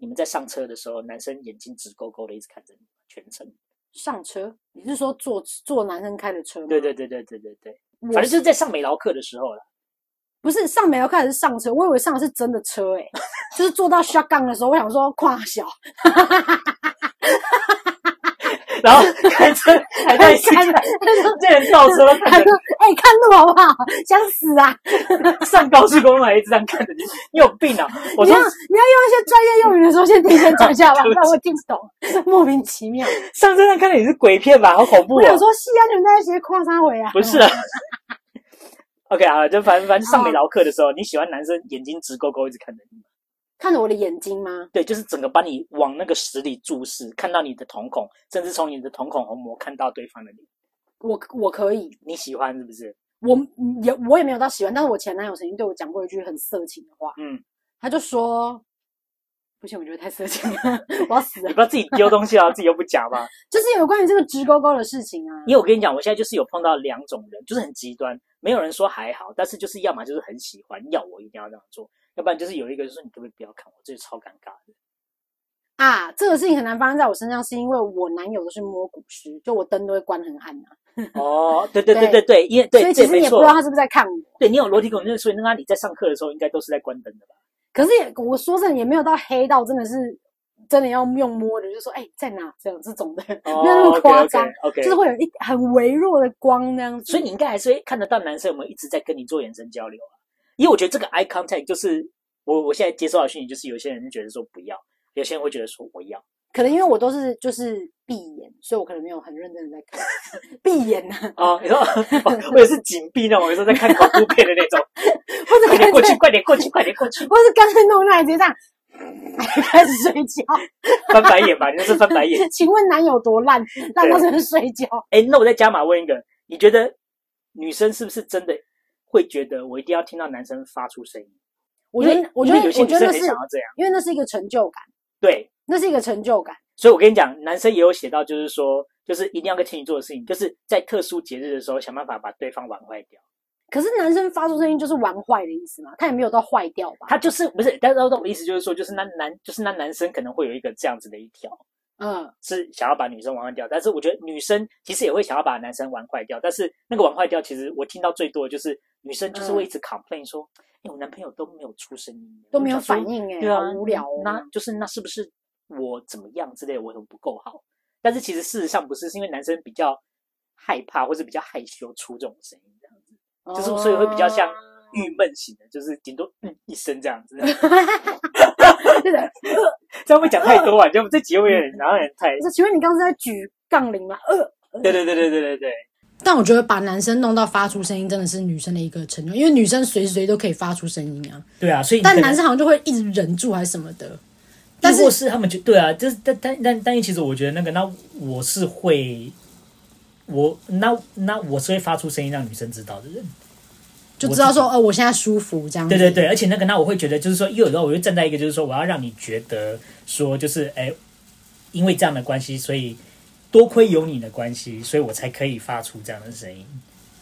你们在上车的时候，男生眼睛直勾勾的一直看着你吗全程？上车，你是说坐坐男生开的车吗？对对，对对对对对，我反正就是在上美劳课的时候啦。不是上美要开始上车，我以为上的是真的车诶、就是坐到 shotgun 的时候，我想说跨小，然后开车还在一起开看着，这人倒车他看说着 [LAUGHS] 哎、看路好不好？想死啊！你，上高速公路还一直这样看着你，你有病啊！我你说要你要用一些专业用语的时候，先提前讲一下吧， [LAUGHS] 对不不起然我听不懂，莫名其妙。上车这样看着你是鬼片吧，好恐怖我啊想！说，西安你们在学跨三回啊？不是啊。OK 啊，就反正反正上美劳课的时候，你喜欢男生眼睛直勾勾一直看着你吗？看着我的眼睛吗？对，就是整个把你往那个屎里注视，看到你的瞳孔，甚至从你的瞳孔虹膜看到对方的脸。我我可以，你喜欢是不是？我嗯也我也没有到喜欢，但是我前男友曾经对我讲过一句很色情的话，嗯，他就说：“不行，我觉得太色情 [LAUGHS] 了，我要死你了。不要自己丢东西 [LAUGHS] 啊，自己又不讲吧。就是有关于这个直勾勾的事情啊，因为我跟你讲，我现在就是有碰到两种人，就是很极端，没有人说还好，但是就是要么就是很喜欢，要我一定要这样做，要不然就是有一个就说你可不可以不要看我，这是超尴尬的。啊，这个事情很难发生在我身上，是因为我男友都是摸骨师，就我灯都会关很暗啊，哦，对对对对对对，因为对所以对其实你没也不错知，道他是不是在看我。对你有裸体恐惧，所以那你在上课的时候应该都是在关灯的吧？可是也我说真的也没有到黑到真的是真的要用摸的，就说哎、在哪这样这种的，哦 [LAUGHS] 没有那么夸张， OK，, 就是会有一很微弱的光那样子。所以你应该还是会看得到男生有没有一直在跟你做眼神交流啊。因为我觉得这个 eye contact 就是我我现在接收到的讯息，就是有些人觉得说不要，有些人会觉得说我要。可能因为我都是就是闭眼，所以我可能没有很认真的在看 [LAUGHS] 闭眼呐、 [LAUGHS] 啊，哦，你说 [LAUGHS] 我也是紧闭那种，有时候在看恐怖片的 [LAUGHS] 那种，或者快点干哦 [LAUGHS] 过去，脆快点过去，快点过去，或是干脆弄那里直接这样开始睡觉。翻白眼吧，你那是翻白眼。请问男友多烂，烂到只能睡觉？哎，那我再加码问一个，你觉得女生是不是真的会觉得我一定要听到男生发出声音？我觉因得为，我觉得，因为有些我女觉生得很是想要这样，因为那是一个成就感，对，那是一个成就感。所以我跟你讲，男生也有写到，就是说，就是一定要跟情侣做的事情，就是在特殊节日的时候想办法把对方玩坏掉。可是男生发出声音就是玩坏的意思嘛，他也没有到坏掉吧？他就是不是，但是我的意思就是说，就是那男，就是那男生可能会有一个这样子的一条，嗯，是想要把女生玩坏掉。但是我觉得女生其实也会想要把男生玩坏掉，但是那个玩坏掉，其实我听到最多的就是女生就是会一直 complain 说，哎、我男朋友都没有出声音，嗯都没有我想反说应哎、对啊，好无聊哦。那就是那是不是我怎么样之类的，我很不够好？但是其实事实上不是，是因为男生比较害怕或是比较害羞出这种声音，这样子就是所以会比较像郁闷型的，就是顶多嗯一声这样子。哦对的。这样会讲太多啊，就这几位人，然后人太我说，请问你刚刚是在举杠铃吗？呃，对对对对对对对。但我觉得把男生弄到发出声音，真的是女生的一个成就，因为女生随时随地都可以发出声音嗯啊。对啊，所以你但可能男生好像就会一直忍住还是什么的。但但是是是他们就对啊，就是但但但但其实我觉得那个，那我是会，我那那我是会发出声音让女生知道的人。就知道说，呃，我现在舒服这样子。对对对，而且那个那我会觉得就是说，因为有时候我就站在一个就是说，我要让你觉得说就是哎，因为这样的关系，所以多亏有你的关系，所以我才可以发出这样的声音。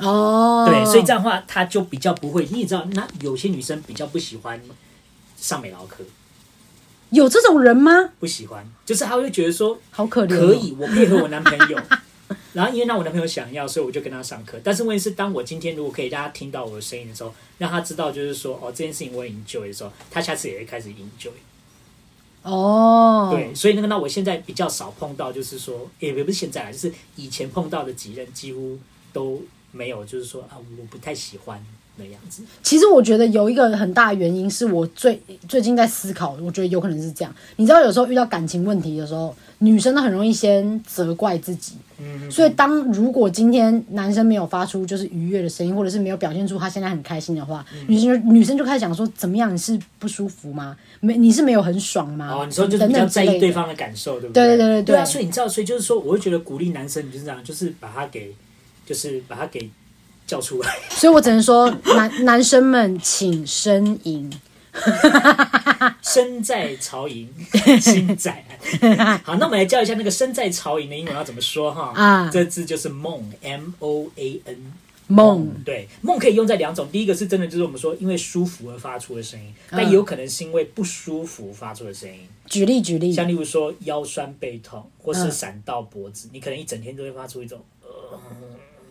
哦，对，所以这样的话，他就比较不会，你也知道，那有些女生比较不喜欢上美劳课，有这种人吗？不喜欢，就是她会觉得说好可怜、哦可，以，我配合我男 [LAUGHS] 朋友。然后因为让我男朋友想要，所以我就跟他上课。但是问题是，当我今天如果可以让他听到我的声音的时候，让他知道就是说哦这件事情我也 enjoy 的时候，他下次也会开始 enjoy。哦，对，，所以那个那我现在比较少碰到，就是说也不是现在啦，就是以前碰到的几任几乎都没有，就是说啊我不太喜欢那样子。其实我觉得有一个很大的原因是我最最近在思考，我觉得有可能是这样。你知道，有时候遇到感情问题的时候，女生都很容易先责怪自己。嗯，所以当如果今天男生没有发出就是愉悦的声音，或者是没有表现出他现在很开心的话，嗯女生就女生就开始想说，怎么样？你是不舒服吗？没，你是没有很爽吗？哦，你说就是比啊等较等之在类意的对方的感受，对不对对对对对对啊，对所以你知道，所以就是说，我会觉得鼓励男生就是这样，就是把他给，就是把他给叫出来。所以我只能说，男 [LAUGHS] 男生们请呻吟。哦身在曹营， [LAUGHS] [LAUGHS] 心在岸。好，那我们来教一下那个身在曹营的英文要怎么说哈？啊这字就是梦，M O A N。梦，对，梦可以用在两种，第一个是真的就是我们说因为舒服而发出的声音，嗯但也有可能是因为不舒服发出的声音，举例举例，像例如说腰酸背痛，或是嗯闪到脖子，你可能一整天都会发出一种呃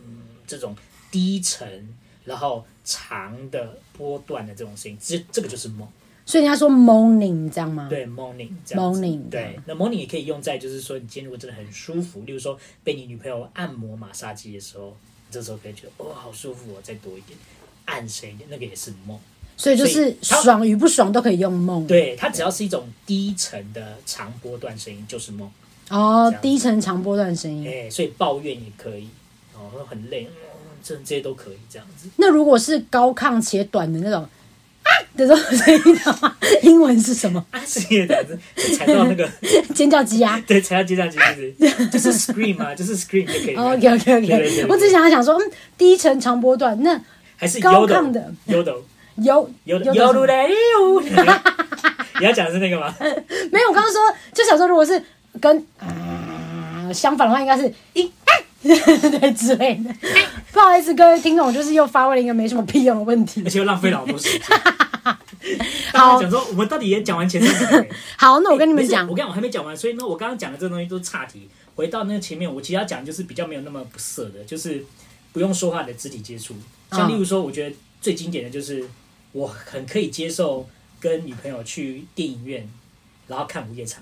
嗯这种低沉，然后长的波段的这种声音，这这个就是梦。所以人家说 morning 这样吗？，对 morning 这样子 Morning 对，那 morning 也可以用在就是说你今天如果真的很舒服，例如说被你女朋友按摩马杀鸡的时候，这时候可以觉得哦好舒服哦，再多一点，暗深一点，那个也是梦。所以就所是以他爽与不爽都可以用梦。，对，它只要是一种低沉的长波段声音就是梦。哦这样，子低沉长波段声音。哎、所以抱怨也可以，哦很累，嗯这这些都可以这样子。那如果是高亢且短的那种啊的这种声音的话，英文是什么？啊，是也打字踩到那个， [LAUGHS] 尖叫鸡啊。对，踩到街上去就是就是 scream 啊，就是 scream 就可以 [LAUGHS] 了。 OK OK 对对对 OK，对哦我只想要想说，嗯，低沉长波段那还是高亢 yodel 的 yodel 有有有有路嘞，哎呦， [LAUGHS] 你要讲的是那个吗？ [LAUGHS] 没有，我刚刚说，就想说，如果是跟啊相反的话，应该是一、 [LAUGHS] 啊、对之类 [LAUGHS] 的。不好意思，各位听众，我就是又发问了一个没什么屁用的问题而。且又浪费了好多 [LAUGHS] 时间。好大家讲说我们到底也讲完前面是哪里？好， [LAUGHS] 那我跟你不们哎是讲我，跟你讲，我还没讲完，所以呢，我刚刚讲的这东西都是岔题。回到那个前面，我其实要讲就是比较没有那么不色的，就是不用说话的肢体接触。像嗯例如说，我觉得最经典的就是我很可以接受跟女朋友去电影院，然后看午夜场。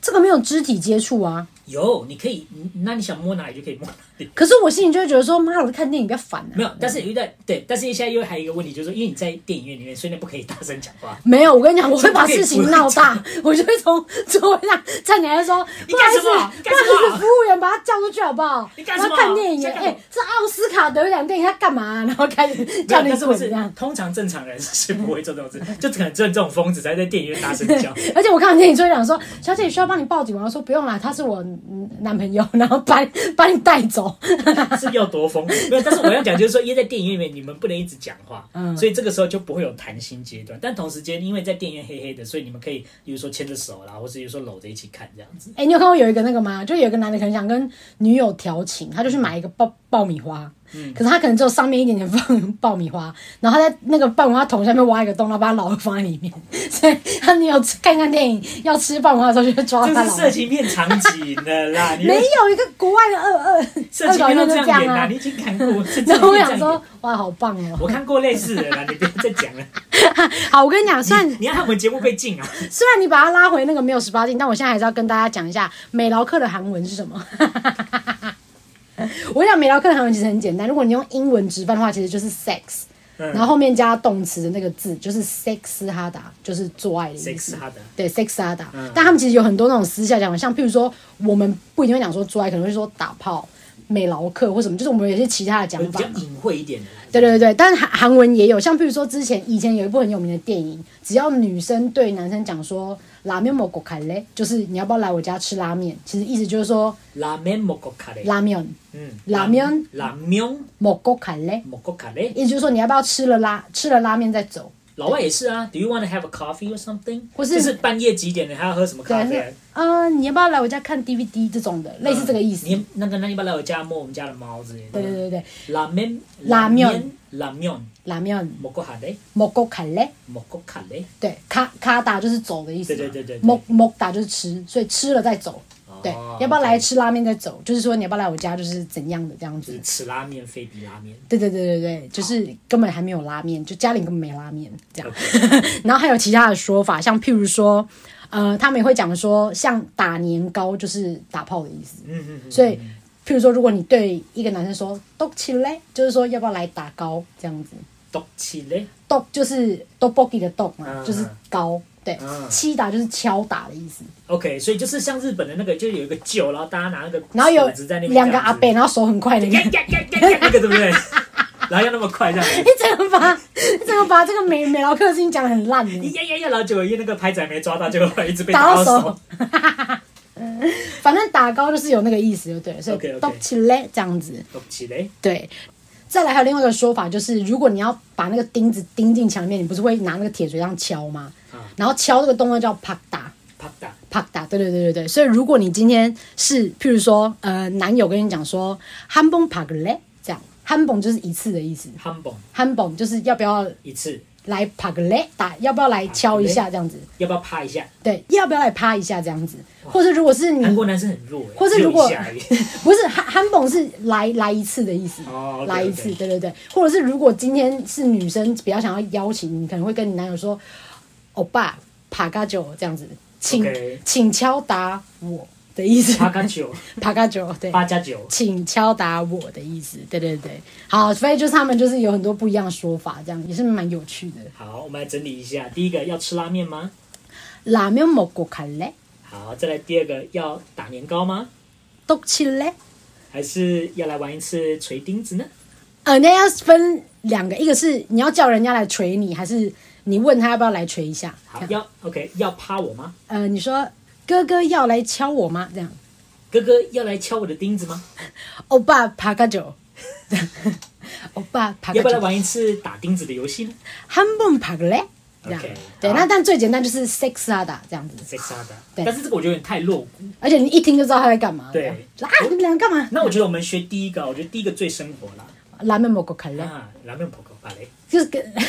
这个没有肢体接触啊，有，你可以，你那你想摸哪里就可以摸哪里，可是我心里就会觉得说，妈，我在看电影，比较烦啊。嗯没有。但是有一段对，但是现在又还有一个问题，就是说因为你在电影院里面，所以你不可以大声讲话。没有，我跟你讲，我会这不把可以事情不闹大，我就会从座位上站起来说：“你不好干意什思，不么好干什意思，么服务员把他叫出去好不好？你我干什么要看电影耶，你在哎、干嘛这奥斯卡得奖电影，他干嘛、然后开始 [LAUGHS] 叫你但是不滚是这样。通常正常人是不会做这种事，就可能只有这种疯子才在电影院大声叫。而且我看完电影之后想说：“小姐，需要帮你报警吗？”我说：“不用啦，他是我嗯男朋友， [LAUGHS] 然后把你把你带走。是要多疯？没有，但是我要讲就是说，因为在电影院里面你们不能一直讲话，嗯所以这个时候就不会有谈心阶段。但同时间，因为在电影院黑黑的，所以你们可以，比如说牵着手啦，或是比如说搂着一起看这样子。哎、你有看过有一个那个吗？就有一个男的可能想跟女友调情，他就去嗯买一个爆爆米花，可是他可能只有上面一点点放 [LAUGHS] 爆米花，然后他在那个爆米花桶下面挖一个洞，然后把他老二放在里面， [LAUGHS] 所以他女友看看电影要吃爆米花的时候就会抓这哦他是老色二。情片场景 [LAUGHS] 的啦，你没有一个国外的二二色情二搞片就都这这样演啦、啊你。已经看过。是 [LAUGHS] 然后我这想样演说，哇，好棒哦！ [LAUGHS] 我看过类似的啦，你不要再讲了。好，我跟你讲，虽然 [LAUGHS] 你要看我们节目被禁啊！虽然你把它拉回那个没有十八禁，但我现在还是要跟大家讲一下美劳课的韩文是什么。 [LAUGHS] 我讲美劳课的韩文其实很简单，如果你用英文直翻的话，其实就是 sex，、嗯然后后面加动词的那个字就是 sex 哈达，就是做爱的意思。 sex 哈达对 sex 哈达，但他们其实有很多那种私下讲法，像譬如说我们不一定会讲说做爱，可能会说打炮、美劳课或什么，就是我们有一些其他的讲比法较嘛。隐晦一点的啦。对对对，对但韩韩文也有，像譬如说之前以前有一部很有名的电影，只要女生对男生讲说“拉面먹고갈래”，就是你要不要来我家吃拉面？其实意思就是说拉面莫国卡嘞，拉面嗯，拉面拉面 먹고갈래，莫国卡嘞。意思就是说你要不要吃了拉吃了拉面再走？老外也是啊，Do you want to have a coffee or something？或是就是半夜几点了，还要喝什么对，咖啡啊是？呃，你要不要来我家看 DVD 这种的，类似这个意思。嗯你那个，那你要不要来我家摸我们家的猫之类的？对对对对，拉面，拉面，拉面，拉面莫过哈嘞， 먹고갈래，莫过卡嘞。对，卡卡达就是走的意思嘛，对对对对哦对 먹먹达就是吃，所以吃了再走。对，要不要来吃拉面再走？就是说你要不要来我家，就是怎样的这样子。就是吃拉面，非比拉面。对对对对对，就是根本还没有拉面，就家里根本没拉面这样。 [LAUGHS] 然后还有其他的说法，像譬如说，呃，他们也会讲说，像打年糕就是打炮的意思。嗯嗯嗯。所以，譬如说，如果你对一个男生说“都起来”，就是说要不要来打糕这样子。毒气嘞，都就是都 b o g 的 dog 嘛嗯，就是糕。对嗯，七打就是敲打的意思。 OK，所以就是像日本的那个，就有一个酒，然后大家拿那个然后有杵子在那边两这个样子阿伯，然后手很 [LAUGHS] 快的。呀呀呀呀呀那个对不对？然后要那么快这样子，你整个把，你整个把这个美美劳克的事情讲的很烂耶呀呀呀，然后结果因为那个拍子还没抓到，结果一直被打到到手手。。反正打高就是有那个意思，就对了，所以 OK，OK 动起来这样子。毒气嘞，对，再来还有另外一个说法，就是如果你要把那个钉子钉进墙里面，你不是会拿那个铁锤这样敲吗？嗯然后敲这个动作叫啪打。啪嗒。啪打，对对对对对，所以如果你今天是，譬如说，呃，男友跟你讲说，汉蹦啪个嘞，这样，汉蹦就是一次的意思， humble 汉蹦就是要不要一次，来啪个嘞，打，要不要来敲一下这样子，要不要趴一下？对，要不要来趴一下这样子，或者如果是你韩国男生很弱、欸，嗯或是只有如果一 [LAUGHS] 下而已不是韩韩蹦是来来一次的意思，哦，OK，OK 来一次，对对对，或者是如果今天是女生比较想要邀请，你可能会跟你男友说，欧巴帕嘎酒这样子，请 OK 请敲打我的意 [LAUGHS] 思， [LAUGHS] 八加九，帕嘎酒对。八加九，请敲打我的意思，对对对，好，所以就是他们就是有很多不一样的说法，这样也是蛮有趣的。好，我们来整理一下。第一个要吃拉面吗？拉面먹고갈래，好，再来第二个要打年糕吗？ 떡칠래，还是要来玩一次锤钉子呢？呃，那要分两个，一个是你要叫人家来捶你，还是你问他要不要来捶一下？好，要 OK，要趴我吗？呃，你说哥哥要来敲我吗？这样，哥哥要来敲我的钉子吗？欧巴爬个 [LAUGHS] 酒，欧巴爬要个不要来酒，玩一次打钉子的游戏呢汉蹦爬个嘞，这样 OK，对，好那但最简单就是 Six Sada 这样子， s e x a d 对但是这个我觉得有点太露骨。而且你一听就知道他在干嘛。对这样，啊，你们两个干嘛？那我觉得我们学第一个，我觉得第一个最生活啦，拉面某个卡勒，啊，拉面 p o k 芭蕾，就是 [LAUGHS] 跟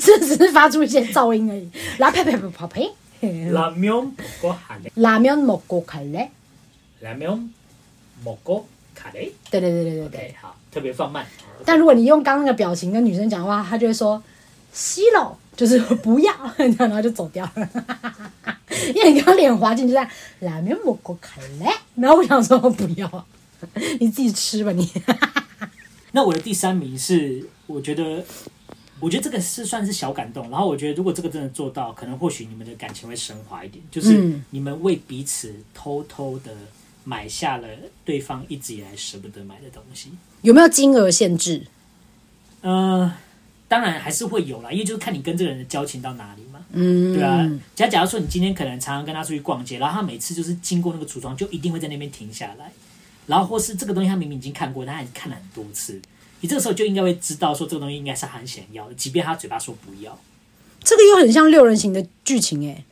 是只是发出一些噪音而已。拉佩佩佩跑呸，拉面 p o k 芭蕾，拉面某个卡勒，拉面 p o k 芭蕾。对对对对对对。 OK，好，特别放慢。但如果你用刚刚那个表情跟女生讲话，她就会说“吸了”，就是不要，然后就走掉了。 [LAUGHS] 因为你刚刚脸滑进去，就在拉面蘑菇卡嘞，然后我想说不要啊，你自己吃吧你。那我的第三名是，我觉得，我觉得这个是算是小感动。然后我觉得，如果这个真的做到，可能或许你们的感情会升华一点，就是嗯你们为彼此偷偷的买下了对方一直以来舍不得买的东西。有没有金额限制？呃，当然还是会有啦，因为就是看你跟这个人的交情到哪里嘛。嗯，对啊，假假如说你今天可能常常跟他出去逛街，然后他每次就是经过那个橱窗，就一定会在那边停下来，然后或是这个东西他明明已经看过，但他还看了很多次，你这个时候就应该会知道说这个东西应该是他很想要的，即便他嘴巴说不要。这个又很像六人行的剧情诶、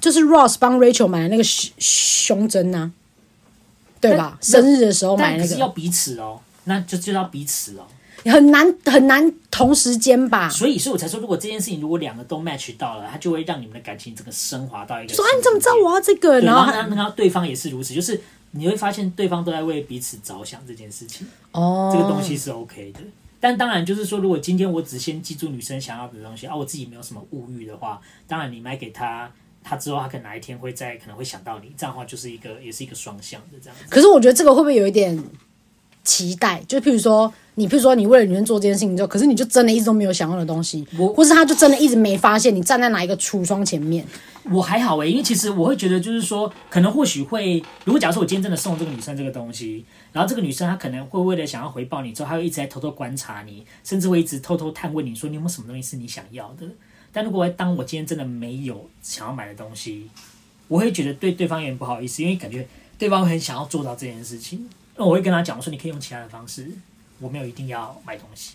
就是 Ross 帮 Rachel 买的那个胸胸针呐、对吧？但生日的时候买但可那是要个，彼此哦，那就就要彼此哦。很难很难同时间吧？所以，所以我才说，如果这件事情如果两个都 match 到了，他就会让你们的感情整个升华到一个。说啊，你怎么知道我要这个？对，然然后后他他然后对方也是如此，就是你会发现对方都在为彼此着想这件事情。哦，这个东西是 OK 的。但当然，就是说，如果今天我只先记住女生想要的东西，啊，我自己没有什么物欲的话，当然你买给她，她之后她可能哪一天会在可能会想到你，这样的话就是一个也是一个双向的这样子。可是我觉得这个会不会有一点期待？就譬如说，你譬如说你为了女生做这件事情之后，可是你就真的一直都没有想要的东西我，或是他就真的一直没发现你站在哪一个橱窗前面。我还好诶、欸因为其实我会觉得就是说，可能或许会，如果假如说我今天真的送这个女生这个东西，然后这个女生她可能会为了想要回报你之后，她会一直在偷偷观察你，甚至会一直偷偷探问你说你有没有什么东西是你想要的。但如果当我今天真的没有想要买的东西，我会觉得对对方有点不好意思，因为感觉对方会很想要做到这件事情。那我会跟他讲，我说你可以用其他的方式，我没有一定要买东西，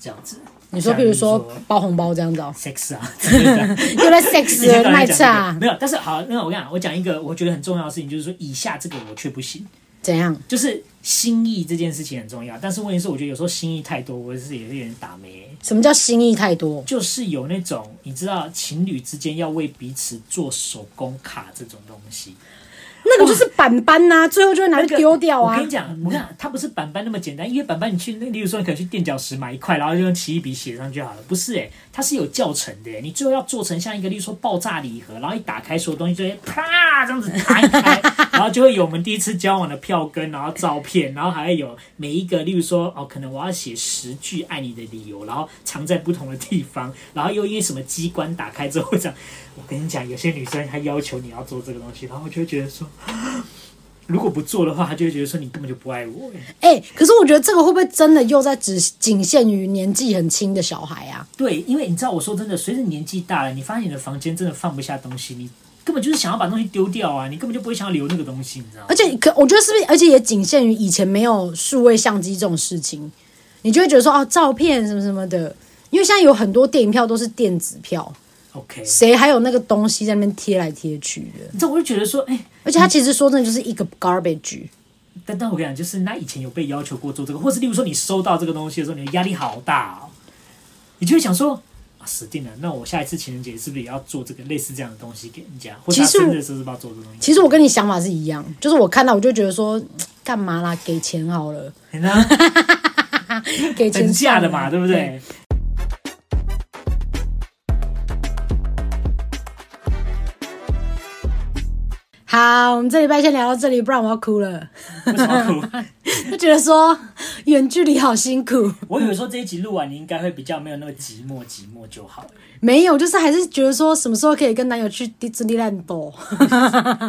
这样子。你说，像譬如说包红包这样子 [LAUGHS] 哦， sex 啊之类的，又在 sex 以前了导卖演讲这菜个啊，没有，但是好，那我跟你讲，我讲一个我觉得很重要的事情，就是说以下这个我却不行，怎样？就是心意这件事情很重要，但是问题是，我觉得有时候心意太多，我是也是有点打没、什么叫心意太多？就是有那种你知道情侣之间要为彼此做手工卡这种东西，那个就是板板呐、最后就会拿那去个丢掉我啊跟你。讲，我跟你讲，它不是板板那么简单，因为板板你去，那例如说你可能去垫脚石买一块，然后就用奇异笔写上就好了。不是诶、欸它是有教程的、欸，你最后要做成像一个，例如说爆炸礼盒，然后一打开所有东西就会啪这样子弹开，然后就会有我们第一次交往的票根，然后照片，然后还会有每一个，例如说哦，可能我要写十句爱你的理由，然后藏在不同的地方，然后又因为什么机关打开之后这样。我跟你讲，有些女生她要求你要做这个东西，然后我就会觉得说。如果不做的话，他就会觉得说你根本就不爱我。哎、可是我觉得这个会不会真的又在只仅限于年纪很轻的小孩啊？对，因为你知道，我说真的，随着你年纪大了，你发现你的房间真的放不下东西，你根本就是想要把东西丢掉啊，你根本就不会想要留那个东西，你知道吗而？且可我觉得是不是，而且也仅限于以前没有数位相机这种事情，你就会觉得说哦，照片什么什么的，因为现在有很多电影票都是电子票， OK，谁还有那个东西在那边贴来贴去的？你知道，我就觉得说，哎、而且它其实说真的就是一个 garbage，但但我跟你讲，就是那以前有被要求过做这个，或是例如说你收到这个东西的时候，你的压力好大哦，你就会想说。啊死定了！那我下一次情人节是不是也要做这个类似这样的东西给人家？或者他其实我生日的时候是不是要做这个东西？其实我跟你想法是一样，就是我看到我就觉得说，嘖干嘛啦？给钱好了，你呢？给钱等价的算嘛，了对不对？好，我们这礼拜先聊到这里，不然我要哭了。 [LAUGHS] 为什么要哭？就觉得说远距离好辛苦，我有时候这一集录完，你应该会比较没有那么寂寞，寂寞就好。没有，就是还是觉得说什么时候可以跟男友去迪士尼 land [LAUGHS] 哦。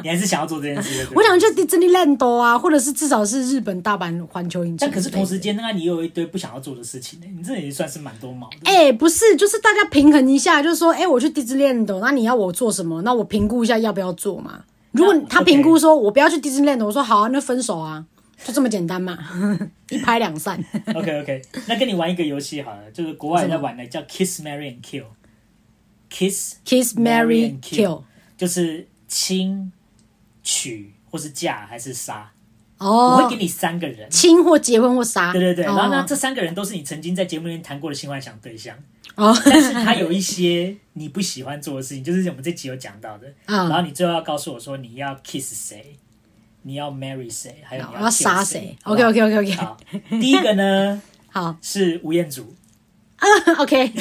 你还是想要做这件事。对不嗯对我想去迪士尼 land 啊，或者是至少是日本大阪环球影城。但可是同时，间，那你也有一堆不想要做的事情呢、你这也算是蛮多毛的。哎、不是，就是大家平衡一下，就是说，哎、我去迪士尼 land，那你要我做什么？那我评估一下要不要做嘛。如果他 OK 评估说我不要去迪士尼 land，我说好啊，那分手啊，就这么简单嘛， [LAUGHS] 一拍两散。 OK OK，那跟你玩一个游戏好了，就是国外在玩的叫 Kiss Marry and Kill。 kiss Kiss, Marry marry, and kill。就是亲、娶或是嫁还是杀，我会哦给，你三个人。亲或结婚或杀。对对对，哦然后呢，这三个人都是你曾经在节目里面谈过的性幻想对象，哦，但是他有一些你不喜欢做的事情，就是我们这集有讲到的。然后嗯，你最后要告诉我说你要 kiss 谁，你要 marry 谁，还有你 [LAUGHS] 我哦要 kill 杀谁谁？OK OK OK OK，好不好好，第一个呢好是吴彦 [LAUGHS] 祖 OK，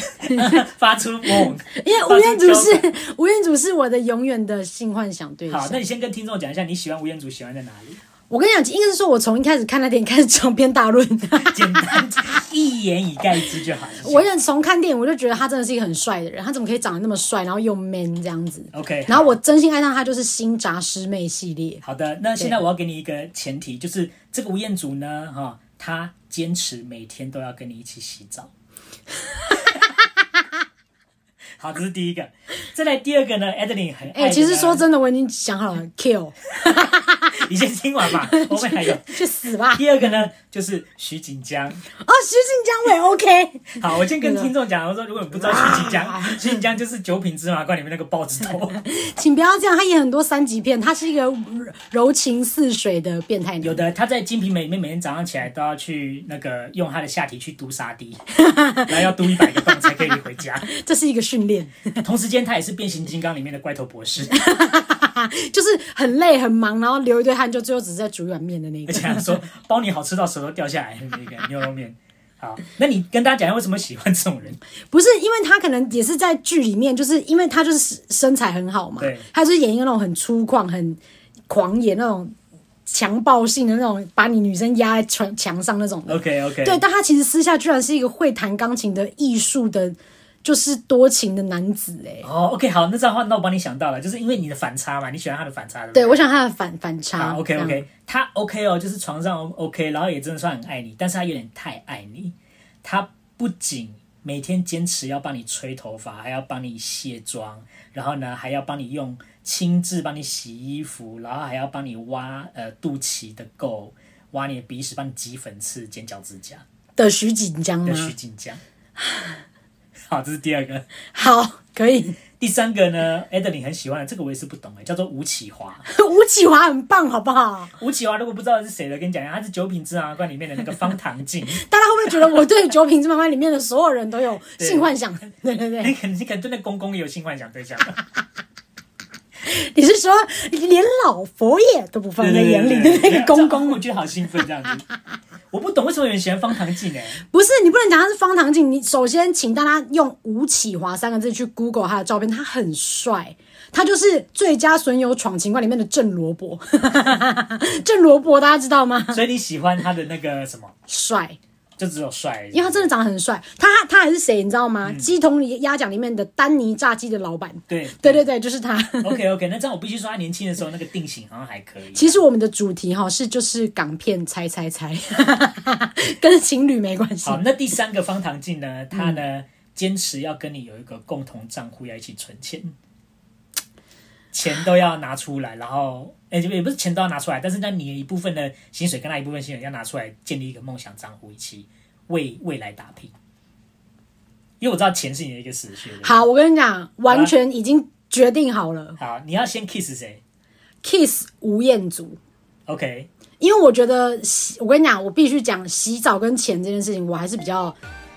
发出 [LAUGHS] 梦。因为吴彦祖是吴彦祖是我的永远的性幻想对象好，。那你先跟听众讲一下你喜欢吴彦祖喜欢在哪里？我跟你讲，应该是说我从一开始看那电影开始长篇 [LAUGHS] 大论。简单 [LAUGHS] 一言以概之就好。我想从看电影，我就觉得他真的是一个很帅的人，他怎么可以长得那么帅，然后又 man 这样子？ OK，然后我真心爱上他就是新扎师妹系列，好的，那现在我要给你一个前提，就是这个吴彦祖呢，哈、他坚持每天都要跟你一起洗澡。好，这是第一个。再来第二个呢 a d e l i n 很爱哎、的呢其实说真的，我已经想好了，kill 你先听完吧，后面还有。 [LAUGHS] 去死吧！第二个呢，就是徐锦江。哦，徐锦江我也 OK，好，我先跟听众讲，我说如果你不知道徐锦江，徐锦江就是《九品芝麻官》里面那个豹子头，请不要这样，他演很多三级片，他是一个柔情似水的变态有男。的他在《金瓶梅》里面每天早上起来都要去那个用他的下体去嘟沙滴，然后要嘟一百个洞才可以回家。这是一个训练， [LAUGHS] 同时间，他也是变形金刚里面的怪头博士， [LAUGHS] 就是很累很忙，然后流一堆汗，就最后只是在煮一碗面的那而个且。还说包你好吃到舌头掉下来的那个牛肉面。好，那你跟大家讲一下为什么喜欢这种人？不是因为他可能也是在剧里面，就是因为他就是身材很好嘛对，他就是演一个那种很粗犷、很狂野那种强暴性的那种，把你女生压在墙墙上那种的。 OK OK，对，但他其实私下居然是一个会弹钢琴的艺术的，就是多情的男子哎、哦、o k 好，那这样的话，那我帮你想到了，就是因为你的反差嘛，你喜欢他的反差，对不对？对，我想他的反反差。好，OK 这样 OK，他 OK 哦，就是床上 OK，然后也真的算很爱你，但是他有点太爱你，他不仅每天坚持要帮你吹头发，还要帮你卸妆，然后呢还要帮你用亲自帮你洗衣服，然后还要帮你挖呃肚脐的垢，挖你的鼻屎，帮你挤粉刺、剪脚趾甲的徐锦江的徐吗？锦江。 [LAUGHS] 好，这是第二个，好，可以。 [LAUGHS] 第三个呢 a d e l i n 很喜欢的，这个我也是不懂哎，叫做吴启华。吴启华很棒，好不好？吴启华如果不知道是谁的，跟你讲一下，他是《九品芝麻官》里面的那个方唐镜。大家会不会觉得我对《九品芝麻官》里面的所有人都有性幻想？对对 [LAUGHS] 对你，可能你可能对那公公也有性幻想对象，你是说连老佛爷都不放在眼里的那个公公我吗？觉得好兴奋这样子。我不懂为什么有人喜欢方唐 [LAUGHS] 镜呢？欸不是，你不能讲他是方唐镜。你首先请大家用吴启华三个字去 Google 他的照片，他很帅，他就是《最佳损友闯情关》里面的郑罗伯。 [LAUGHS] 郑罗伯大家知道吗？所以你喜欢他的那个什么，帅，就只有帅而已，因为他真的长得很帅。他他还是谁，你知道吗？鸡同里鸭讲里面的丹尼炸鸡的老板。对哦对对对，就是他。 OK OK，那这样我必须说，他年轻的时候那个定型好像还可以。其实我们的主题哈是就是港片猜猜猜， [LAUGHS] 跟情侣没关系好，。那第三个方唐镜呢，他呢嗯坚持要跟你有一个共同账户，要一起存钱，钱都要拿出来，然后哎、也不是钱都要拿出来，但是那你的一部分的薪水跟他一部分薪水要拿出来，建立一个梦想账户，一起为未来打拼。因为我知道钱是你的一个死穴。对不对好，，我跟你讲，完全已经决定好了好，你要先 kiss 谁，kiss 吴彦祖。 ？OK，因为我觉得洗，我跟你讲，我必须讲洗澡跟钱这件事情，我还是比较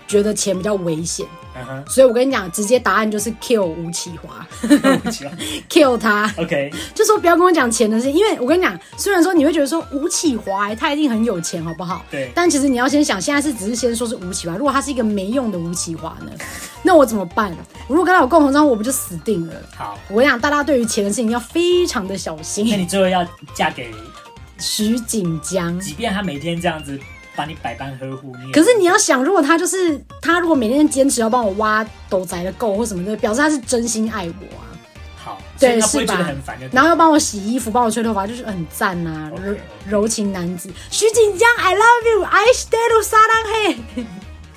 觉得钱比较危险，[LAUGHS] 嗯哼，所以我跟你讲，直接答案就是 kill 吴启华 [LAUGHS] 对不起哦，kill 他， OK，就说不要跟我讲钱的事情，因为我跟你讲，虽然说你会觉得说吴启华、欸、他一定很有钱，好不好？对但其实你要先想，现在是只是先说是吴启华，如果他是一个没用的吴启华呢， [LAUGHS] 那我怎么办？我如果跟他有共同账户，我不就死定了？好，我跟你讲，大家对于钱的事情要非常的小那心。你最后要嫁给，徐锦江，即便他每天这样子把你百般呵护，你也可是你要想，如果他就是他，如果每天坚持要帮我挖斗宅的垢或什么的，表示他是真心爱我啊。好，所以对，他不是会觉得吧很烦就？对然后又帮我洗衣服，帮我吹头发，就是很赞呐、 OK，OK 柔柔情男子。徐锦江，I love you，I stay to 沙当嘿。 [LAUGHS]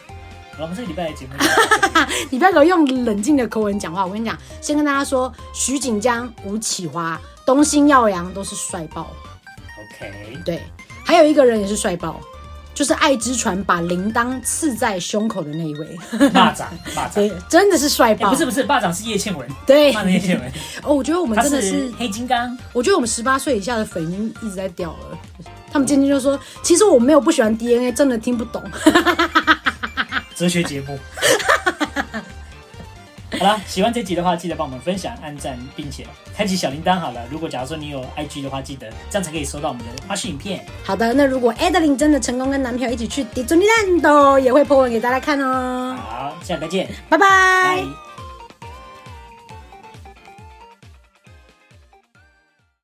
我们这个礼拜的节目就到这里，你不要给我用冷静的口吻讲话，我跟你讲，先跟大家说，徐锦江、吴启华、东兴耀阳都是帅爆， OK， [LAUGHS] 对，还有一个人也是帅爆，就是爱之船把铃铛刺在胸口的那一位， [LAUGHS] 蚂蚱，蚂蚱，对，真的是帅哎，爆，不是不是，蚂蚱是叶倩文，对蚂蚱叶倩文，哦，我觉得 [LAUGHS] 我们他真的是是，黑金刚，我觉得我们十八岁以下的粉已经一直在掉了。他们今天就说，其实我没有不喜欢 DNA，真的听不懂。 [LAUGHS] 哲学节目。好啦，喜欢这集的话，记得帮我们分享、按赞，并且开启小铃铛。好了，如果假如说你有 IG 的话，记得这样才可以收到我们的花絮影片。好的，那如果 Adeline 真的成功跟男朋友一起去迪士尼 l a 也会 po 文给大家看哦。好，下次再见，拜拜。拜。